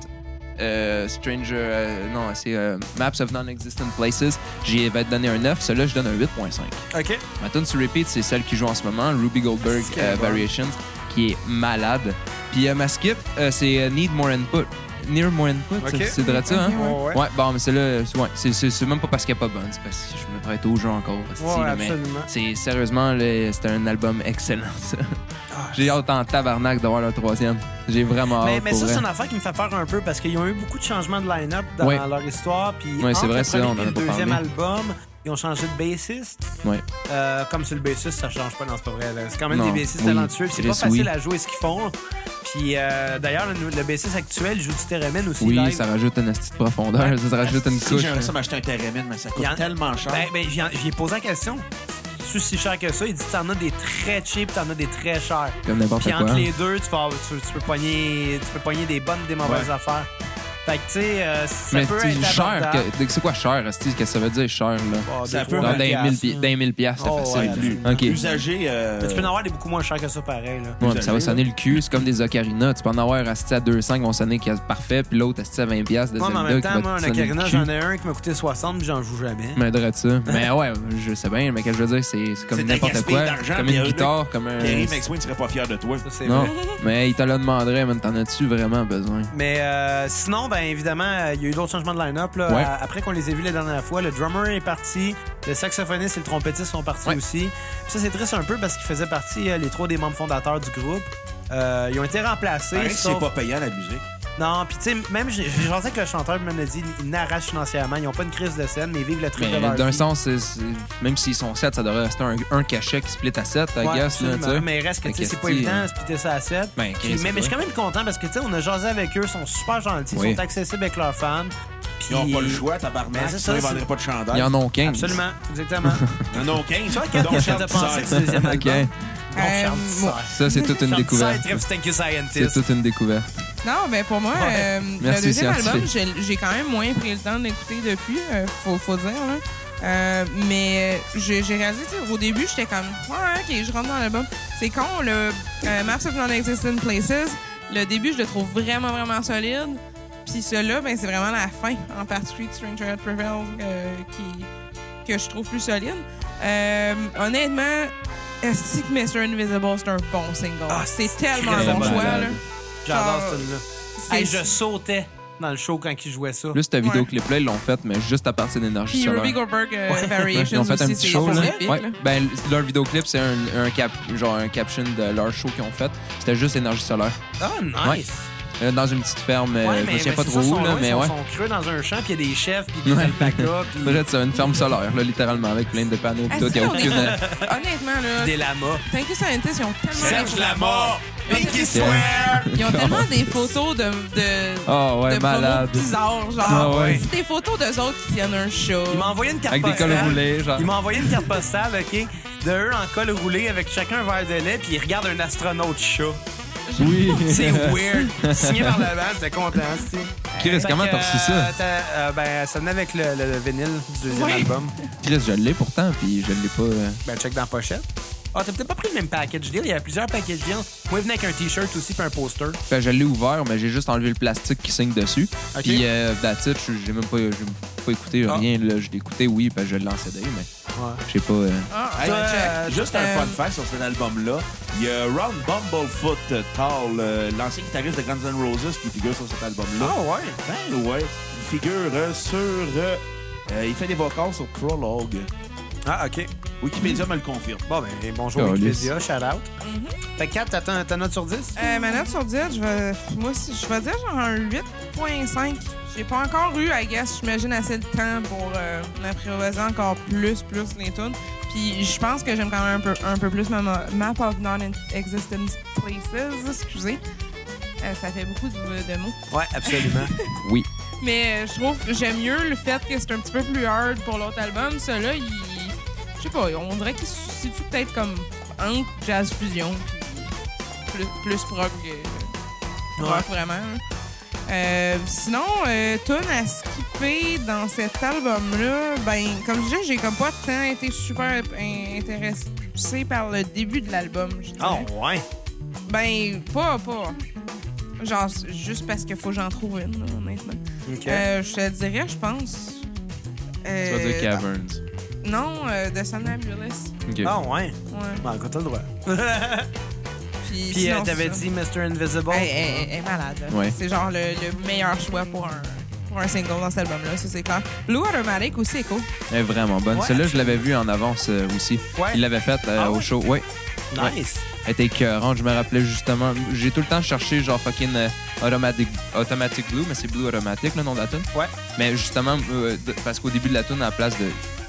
S5: Euh, Stranger. euh, non, c'est euh, Maps of Non-Existent Places. J'y avais donné un 9. Celui-là, je donne un 8.5.
S1: OK.
S5: Ma tune sur repeat, c'est celle qui joue en ce moment, Ruby Goldberg
S1: C'est qu'elle est
S5: euh,
S1: bonne.
S5: Variations, qui est malade. Puis euh, ma skip, euh, c'est euh, Need More Input. Near More Input,
S1: Ok.
S5: c'est- c'est de ça, hein?
S1: Ouais, ouais.
S5: Ouais, bon, mais celle-là, c'est- ouais, c'est- c'est c'est même pas parce qu'elle est pas bonne, c'est parce que je me prête au jeu encore. hostie,
S1: Ouais,
S5: là, mais
S1: absolument.
S5: c'est sérieusement, là, c'est un album excellent, ça. J'ai hâte en tabarnak d'avoir le troisième. J'ai vraiment
S1: Ah, Mais,
S5: hâte.
S1: mais
S5: Ah, pour
S1: ça,
S5: vrai.
S1: c'est une affaire qui me fait peur un peu parce qu'ils ont eu beaucoup de changements de line-up dans
S5: Ouais.
S1: leur histoire. Puis
S5: Ouais, c'est
S1: entre
S5: vrai,
S1: le
S5: ça,
S1: premier
S5: on en
S1: et
S5: a
S1: le
S5: pas
S1: deuxième
S5: parlé.
S1: album, ils ont changé de bassiste.
S5: Ouais.
S1: Euh, comme sur le bassiste, ça change pas, non, c'est pas vrai. là. C'est quand même
S5: Non,
S1: des bassistes
S5: oui,
S1: talentueux. puis C'est pas
S5: Chris,
S1: facile
S5: oui.
S1: à jouer ce qu'ils font. Puis euh, d'ailleurs, le, le bassiste actuel joue du theremin aussi.
S5: Oui,
S1: live.
S5: ça rajoute une astuce de profondeur, ça rajoute une
S3: Si
S5: couche. hein.
S3: j'aimerais ça m'acheter un Terramine, mais ça coûte
S1: Il y en-
S3: tellement cher.
S1: Ben, ben, j'y en- j'y ai posé la question. Tu si cher que ça? Il dit t'en as des très cheap, t'en as des très chers.
S5: Comme n'importe
S1: Puis
S5: quoi.
S1: entre les deux, tu, vas- tu- tu peux pogner, tu peux pogner des bonnes, des mauvaises
S3: Ouais.
S1: affaires. Fait que, tu sais, euh, ça
S5: Mais
S1: peut
S5: tu sais,
S1: être
S5: cher,
S1: abordable.
S5: que- c'est quoi cher, Asti? Qu'est-ce que ça veut dire cher, là?
S1: Ah,
S3: Ça
S1: deux,
S3: peut
S1: trois
S5: Dans des
S1: piastres,
S5: mille pi-
S1: là.
S5: des mille piastres,
S1: Oh,
S5: c'est
S1: ouais,
S5: facile.
S1: absolument.
S5: OK.
S3: Usagé. euh,
S1: Mais tu peux en avoir des beaucoup moins chers que ça, pareil. Là.
S5: Ouais, mais ça va sonner le cul, c'est comme des ocarinas. Tu peux en avoir asti à 200 qui vont sonner qui est parfait, puis l'autre asti à 20 pièces de
S1: Moi, mais en
S5: Zelda
S1: même
S5: qui
S1: temps,
S5: va
S1: moi, un
S5: te sonner
S1: ocarina,
S5: le
S1: j'en
S5: cul.
S1: ai un qui m'a coûté 60 puis j'en joue jamais.
S5: M'aiderait de ça. Mais ouais, je sais bien, mais qu'est-ce que je veux dire, c'est c'est comme
S3: C'est un
S5: n'importe
S3: gaspille
S5: quoi.
S3: d'argent,
S5: Comme
S3: puis
S5: une
S3: un-
S5: guitare, comme un.
S3: Terry McSween serait pas fier de toi.
S1: Ça, c'est
S5: Non,
S1: vrai.
S5: mais il te le demanderait, mais t'en as-tu vraiment besoin?
S1: Mais euh, sinon, ben évidemment, euh, il y a eu d'autres changements de line-up. là.
S5: Ouais.
S1: Euh, Après qu'on les ait vus la dernière fois, le drummer est parti, le saxophoniste et le trompettiste sont partis
S5: Ouais.
S1: aussi. Puis ça, c'est triste un peu parce qu'ils faisaient partie, euh, les trois des membres fondateurs du groupe. Euh, ils ont été remplacés.
S3: Pareil que c'est
S1: sauf-
S3: pas payant, la musique.
S1: Non, puis tu sais, même j'ai j'ai jasé avec le chanteur, puis même le dit, ils n'arrachent financièrement, ils n'ont pas une crise de scène, mais ils vivent le truc
S5: Mais
S1: de leur
S5: d'un
S1: vie.
S5: sens, c'est- c'est- même s'ils sont 7, ça devrait rester un, un cachet qui split à 7,
S1: Ouais,
S5: I guess, là, tu
S1: absolument.
S5: sais.
S1: mais reste que tu sais, c'est pas
S5: Fait que,
S1: évident
S5: euh,
S1: de splitter ça à 7.
S5: Ben, Chris,
S1: mais, mais je suis
S5: ouais.
S1: quand même content parce que tu sais, on a jasé avec eux, ils sont super gentils, ils
S5: Oui.
S1: sont accessibles avec leurs fans. Puis...
S3: Ils n'ont pas le choix, tabarnak.
S1: Ben, c'est
S3: Sinon,
S1: ça,
S3: ils ne
S1: c'est-
S3: vendraient pas de chandail.
S5: Il y en a 15.
S1: Absolument, exactement.
S3: Ils en ont 15.
S1: tu vois, quand
S3: Donc,
S1: il a fait de
S3: Charles
S1: penser
S3: Tissot.
S1: ce deuxième
S5: OK.
S1: album, donc
S4: Euh,
S1: Charles Tissot.
S5: Ça, c'est toute
S1: Charles
S5: une
S1: Tissot
S5: découverte.
S1: et Trips Thank You Scientist.
S5: C'est toute une découverte.
S4: Non, ben pour moi,
S1: Ouais.
S4: euh,
S5: Merci,
S4: le deuxième album,
S5: scientifique.
S4: j'ai- j'ai quand même moins pris le temps d'écouter depuis, euh, faut, faut dire. Là. Euh, mais euh, j'ai j'ai réalisé, tu sais, au début, j'étais comme, ouais, ok, je rentre dans l'album. C'est con, le euh, Maps of Non-Existent Places, le début, je le trouve vraiment, vraiment solide. Puis celui-là, ben, c'est vraiment la fin, en particulier de Stranger at Prevail, euh, qui, que je trouve plus solide. Euh, honnêtement, est-ce que Mr. Invisible, c'est un bon single?
S1: Ah,
S4: c'est
S1: c'est
S4: tellement
S1: très
S4: un bon
S5: bon
S4: choix,
S5: album.
S4: là.
S1: J'adore
S4: Ah,
S1: ce tune-là.
S4: C'est-
S1: Hey, je sautais dans le show quand il jouait ça.
S5: Plus ta
S4: Ouais.
S5: vidéoclip-là, ils l'ont faite, mais juste à partir d'énergie
S4: Puis
S5: solaire.
S4: Ruby Goldberg euh, Variations.
S5: Ils ont fait un
S4: aussi,
S5: petit
S4: c'est
S5: show. Là.
S4: magnifique,
S5: Ouais.
S4: là.
S5: Ben, leur vidéoclip, c'est un, un cap, genre un caption de leur show qu'ils ont fait. C'était juste énergie solaire.
S1: Ah, nice!
S5: Euh, Dans une petite ferme, euh, je me souviens pas
S1: ben, c'est
S5: trop
S1: ça,
S5: où,
S1: sont
S5: là,
S1: loin,
S5: mais
S1: sont-
S5: ouais.
S1: sont creux dans un champ, puis il y a des chefs, puis des
S5: Ouais.
S1: alpacas, puis
S5: Peut-être c'est une ferme solaire, là, littéralement, avec plein de panneaux et
S4: Mm. Ah,
S5: tout. Il
S4: c'est
S5: n'y a
S4: vrai,
S5: aucune. euh,
S4: on est- Honnêtement, là,
S1: des lamas.
S4: Thank You Scientist, ils ont tellement...
S1: Serge Lama! Pinky
S5: Yeah.
S1: Swear!
S4: Ils ont tellement des photos de... de...
S5: Ah ouais,
S4: de promos
S5: malade.
S4: bizarres, genre.
S5: Ah ouais.
S4: C'est des photos d'eux autres qui tiennent un show.
S1: Il m'a envoyé une carte
S5: Avec des
S1: postale.
S5: cols roulés, genre.
S1: Il m'a envoyé une carte postale, OK, de eux en col roulé avec chacun un verre de lait, puis ils regardent un astronaute chat.
S5: Oui.
S1: C'est weird. Signé par la bande, j'étais content. c'est-
S5: Chris,
S1: Fait
S5: comment
S1: que,
S5: t'as reçu
S1: euh,
S5: ça?
S1: t'as- euh, ben, ça venait avec le, le- le vinyle du deuxième
S4: Oui.
S1: album.
S5: Chris, je l'ai pourtant, puis je l'ai pas. euh,
S1: Ben, check dans la pochette. Ah, t'as peut-être pas pris le même package deal. Il y a plusieurs packages deal. Moi, il venait avec un T-shirt aussi, puis un poster.
S5: Fait que Ben, je l'ai ouvert, mais j'ai juste enlevé le plastique qui signe dessus.
S1: Ok.
S5: Puis, euh, that's it, je- j'ai même pas, j'ai même pas écouté
S1: Ah.
S5: rien. Là. Je l'ai écouté, oui, puis je l'ai en CD, mais
S1: Ouais.
S5: je sais pas. euh,
S4: Ah,
S3: Hey,
S1: Toi,
S3: check.
S1: euh,
S3: Juste un
S4: euh,
S3: fun fact sur cet album-là. Il y a Ron Bumblefoot Tall, euh, l'ancien guitariste de Guns N' Roses, qui figure sur cet album-là.
S1: Ah, ouais.
S3: Ben ouais, il figure euh, sur... euh, euh, il fait des vocales sur Prologue.
S1: Ah, OK.
S3: Wikipédia me le confirme.
S1: Bon, ben, bonjour,
S5: Calice.
S1: Wikipédia. Shout out. Fait que, Kat, t'as ton- ta note sur 10?
S4: Euh, ma note sur 10, je vais, moi aussi, je vais dire genre un 8.5. J'ai pas encore eu, I guess, j'imagine, assez de temps pour euh, m'apprivoiser encore plus, plus les tunes. Puis je pense que j'aime quand même un peu, un peu plus ma ma- Map of Non-Existent Places, excusez. Euh, ça fait beaucoup de, de mots.
S1: Ouais, absolument.
S5: oui.
S4: Mais euh, je trouve que j'aime mieux le fait que c'est un petit peu plus hard pour l'autre album. Celui-là, il... Je sais pas, on dirait qu'il se situe peut-être comme entre jazz fusion, puis plus, plus prog que
S1: Ouais.
S4: rock vraiment. hein. Euh, sinon, euh, tune à skipper dans cet album-là, ben, comme je disais, j'ai comme pas tant été super in- intéressée par le début de l'album, je dirais.
S1: Ah, ouais.
S4: Ben, pas, pas. Genre, juste parce qu'il faut que j'en trouve une, là, honnêtement.
S1: OK.
S4: Euh, je te dirais, je pense.
S5: Tu
S4: Euh,
S5: vas dire Caverns.
S4: Non, euh, de Somnambulist.
S5: Ok.
S1: Ah, ouais.
S4: Ouais.
S1: Ben, écoute, t'as le droit.
S4: Puis,
S1: Puis,
S4: sinon,
S1: euh, t'avais
S4: c'est ça.
S1: dit euh, Mr. Invisible.
S4: Elle, elle- elle est malade. là.
S5: Ouais.
S4: C'est genre le, le meilleur choix pour un, pour un single dans cet album-là, ça c'est clair. Blue Automatic aussi est cool.
S5: Elle est vraiment bonne.
S1: Ouais.
S5: Celle-là, je l'avais vue en avance euh, aussi.
S1: Ouais.
S5: Il l'avait faite euh,
S1: Ah
S5: au
S1: ouais?
S5: show. Oui.
S1: Nice.
S5: Elle était écœurante. Je me rappelais justement. J'ai tout le temps cherché genre fucking euh, automatic, automatic Blue, mais c'est Blue Automatic le nom de la tune.
S1: Ouais.
S5: Mais justement, euh, de- parce qu'au début de la tune, à la place de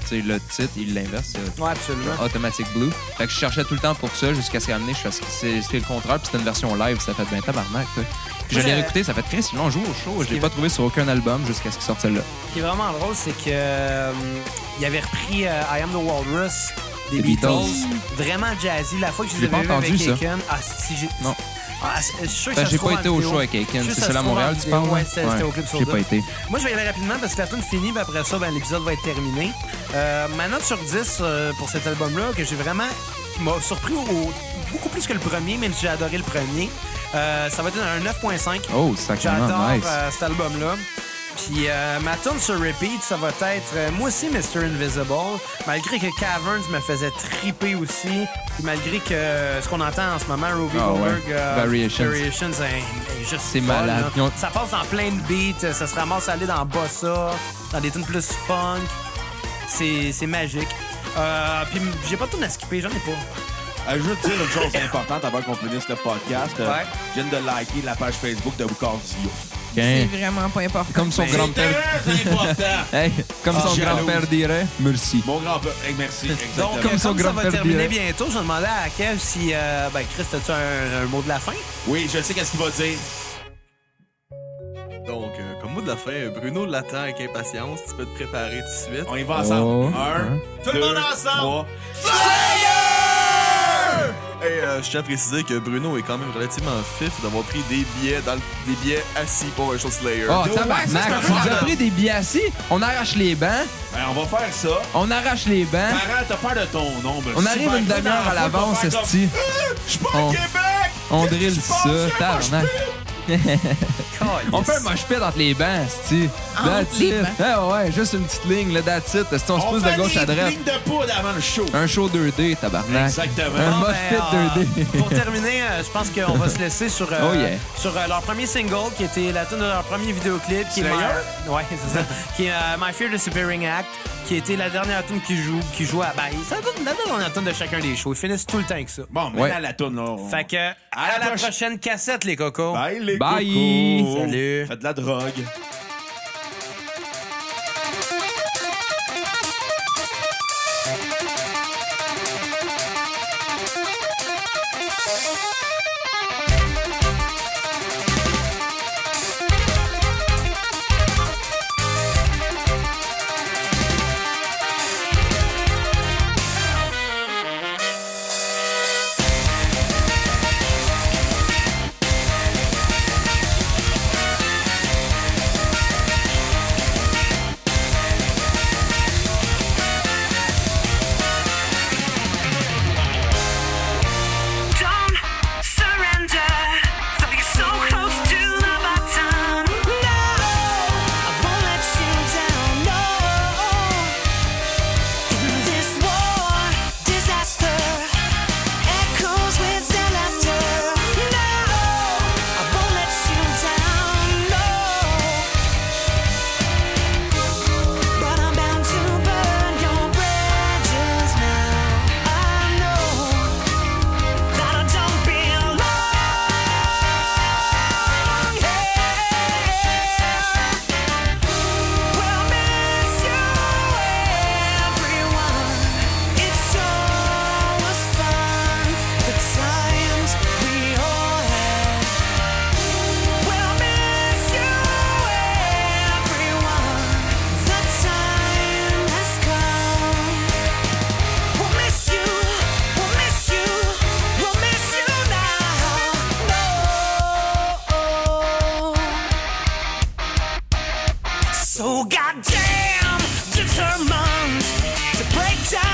S5: tu sais, le titre, il l'inverse. euh,
S1: Ouais, absolument.
S5: Automatic Blue. Fait que je cherchais tout le temps pour ça jusqu'à ce qu'amener, je fasse. C'est c'est le contraire, puis c'était une version live, ça fait 20 tabarnak, toi. Puis je
S1: Moi,
S5: l'ai
S1: j'ai-
S5: réécouté, ça fait très si long, joue au show. Je l'ai pas trouvé sur aucun album jusqu'à ce qu'il sorte celle-là.
S1: Ce qui est vraiment drôle, c'est que euh, il avait repris euh, I Am the Walrus des
S5: Des
S1: Beatles.
S5: Beatles.
S1: Vraiment jazzy. La fois que je
S5: Je
S1: les
S5: l'ai
S1: avais
S5: pas
S1: vus avec
S5: entendu, ça.
S1: Aiken, ah, si j'ai.
S5: Non.
S1: Ah, c'est- je suis sûr que
S5: Fait
S1: ça
S5: que
S1: se
S5: j'ai
S1: trouve
S5: pas
S1: en
S5: été au
S1: vidéo.
S5: show avec
S1: Je suis
S5: Aiken.
S1: sûr que
S5: C'est ça
S1: ça
S5: à
S1: se trouve en
S5: Montréal, tu
S1: vidéo.
S5: parles?
S1: Ouais,
S5: là?
S1: c'était- c'était au Club
S5: J'ai
S1: Soda.
S5: pas été.
S1: Moi, je vais y aller rapidement parce que la tune finit, puis après ça, ben, l'épisode va être terminé. Euh, ma note sur 10 euh, pour cet album-là, que j'ai vraiment. qui m'a surpris au- au- beaucoup plus que le premier, même si j'ai adoré le premier, euh, ça va être un 9,5.
S5: Oh, sacrément,
S1: J'adore
S5: nice.
S1: euh, cet album-là. Puis euh, ma tune sur repeat, ça va être euh, moi aussi Mr. Invisible, malgré que Caverns me faisait triper aussi, puis malgré que euh, ce qu'on entend en ce moment, Ruby
S5: Ah ouais.
S1: Goldberg, euh,
S5: Variations.
S1: Variations, hein, est- est juste
S5: C'est
S1: folle,
S5: malade.
S1: là.
S5: Ils ont-
S1: Ça passe dans plein de beats, euh, ça se ramasse à aller dans bossa, dans des tunes plus funk. C'est c'est magique. Euh, puis m- j'ai pas de tune à skipper, j'en ai pas.
S3: Euh, je veux te dire une chose importante avant qu'on finisse le podcast. Euh,
S1: Ouais.
S3: Je viens de liker la page Facebook de Boucardio.
S4: C'est
S5: Tiens.
S4: vraiment pas important.
S5: Comme son grand-père.
S3: C'est important!
S5: Hey, comme
S3: Ah,
S5: son
S3: jalouse.
S5: grand-père dirait, merci.
S3: Mon grand-père... Hey, merci, exactement.
S1: Donc,
S5: Comme
S1: comme,
S5: son
S1: ça
S5: grand
S1: va
S5: père
S1: terminer
S5: dirait.
S1: bientôt, je demandais à Kev si... euh, ben, Chris, as-tu un, un mot de la fin?
S6: euh,
S3: Oui, je sais qu'est-ce qu'il va dire.
S6: Donc, euh, comme mot de de la fin. Bruno l'attend avec impatience. Tu peux te préparer tout de suite.
S3: On y va ensemble.
S5: Oh, hein?
S3: Un,
S1: Tout le
S3: deux,
S1: monde ensemble.
S3: trois.
S6: Et euh, je tiens à préciser que Bruno est quand même relativement fif d'avoir pris des billets dans le- des billets assis pour un show Slayer.
S5: Oh,
S3: Ouais, ça,
S5: tabarnak!
S3: c'est
S5: Tu nous
S3: un
S5: as
S3: fan.
S5: pris des billets assis. On arrache les bancs.
S3: Ben, on va faire ça.
S5: On arrache les bancs.
S3: Parent, t'as peur de ton nombre.
S5: On arrive une demi-heure à l'avance, esti.
S3: Je suis pas
S5: On-
S3: à Québec!
S5: On drille
S3: pense qu'il y a
S5: ça.
S3: un
S5: Tabarnak. On fait un
S6: match.
S5: mosh pit entre les bancs, esti.
S4: Entre
S5: That's
S4: les
S5: it.
S4: bancs.
S5: Ah ouais, juste une petite ligne, là, that's it. Esti, on se pousse de gauche à droite.
S3: ligne de poudre avant le show.
S5: Un show 2D, tabarnak. Un
S3: Exactement.
S1: Bon,
S5: mosh
S1: ben,
S5: pit
S1: euh,
S5: 2D.
S1: Pour terminer, euh, je pense qu'on va se laisser sur, euh,
S5: Oh yeah.
S1: sur euh, leur premier single, qui était la tune de leur premier vidéoclip, qui est, My, ouais, c'est ça, qui est euh, My Fear the Superior Act, qui était la dernière tune qu'ils jouent, qui joue à ben, c'est la tune- la dernière tune de chacun des shows. Ils finissent tout le temps avec ça.
S3: Bon,
S5: Ouais.
S3: maintenant, la toune, là. on-
S1: Fait que à,
S3: À la
S1: la
S3: proche-
S1: prochaine cassette, les cocos.
S3: Bye, les
S5: Bye.
S3: cocos.
S1: Salut.
S3: Faites de la drogue.
S2: Don't surrender. Though you're so close to the bottom. No, I won't let you down. No. In this war, disaster echoes with their laughter. No, I won't let you down. No. But I'm bound to burn your bridges now. I know. That I don't belong here. We'll miss you, everyone. It's so much fun the times we all had. We'll miss you, everyone. The time has come. We'll miss you, we'll miss you, we'll miss you now. No. So goddamn determined to break down. oh, oh,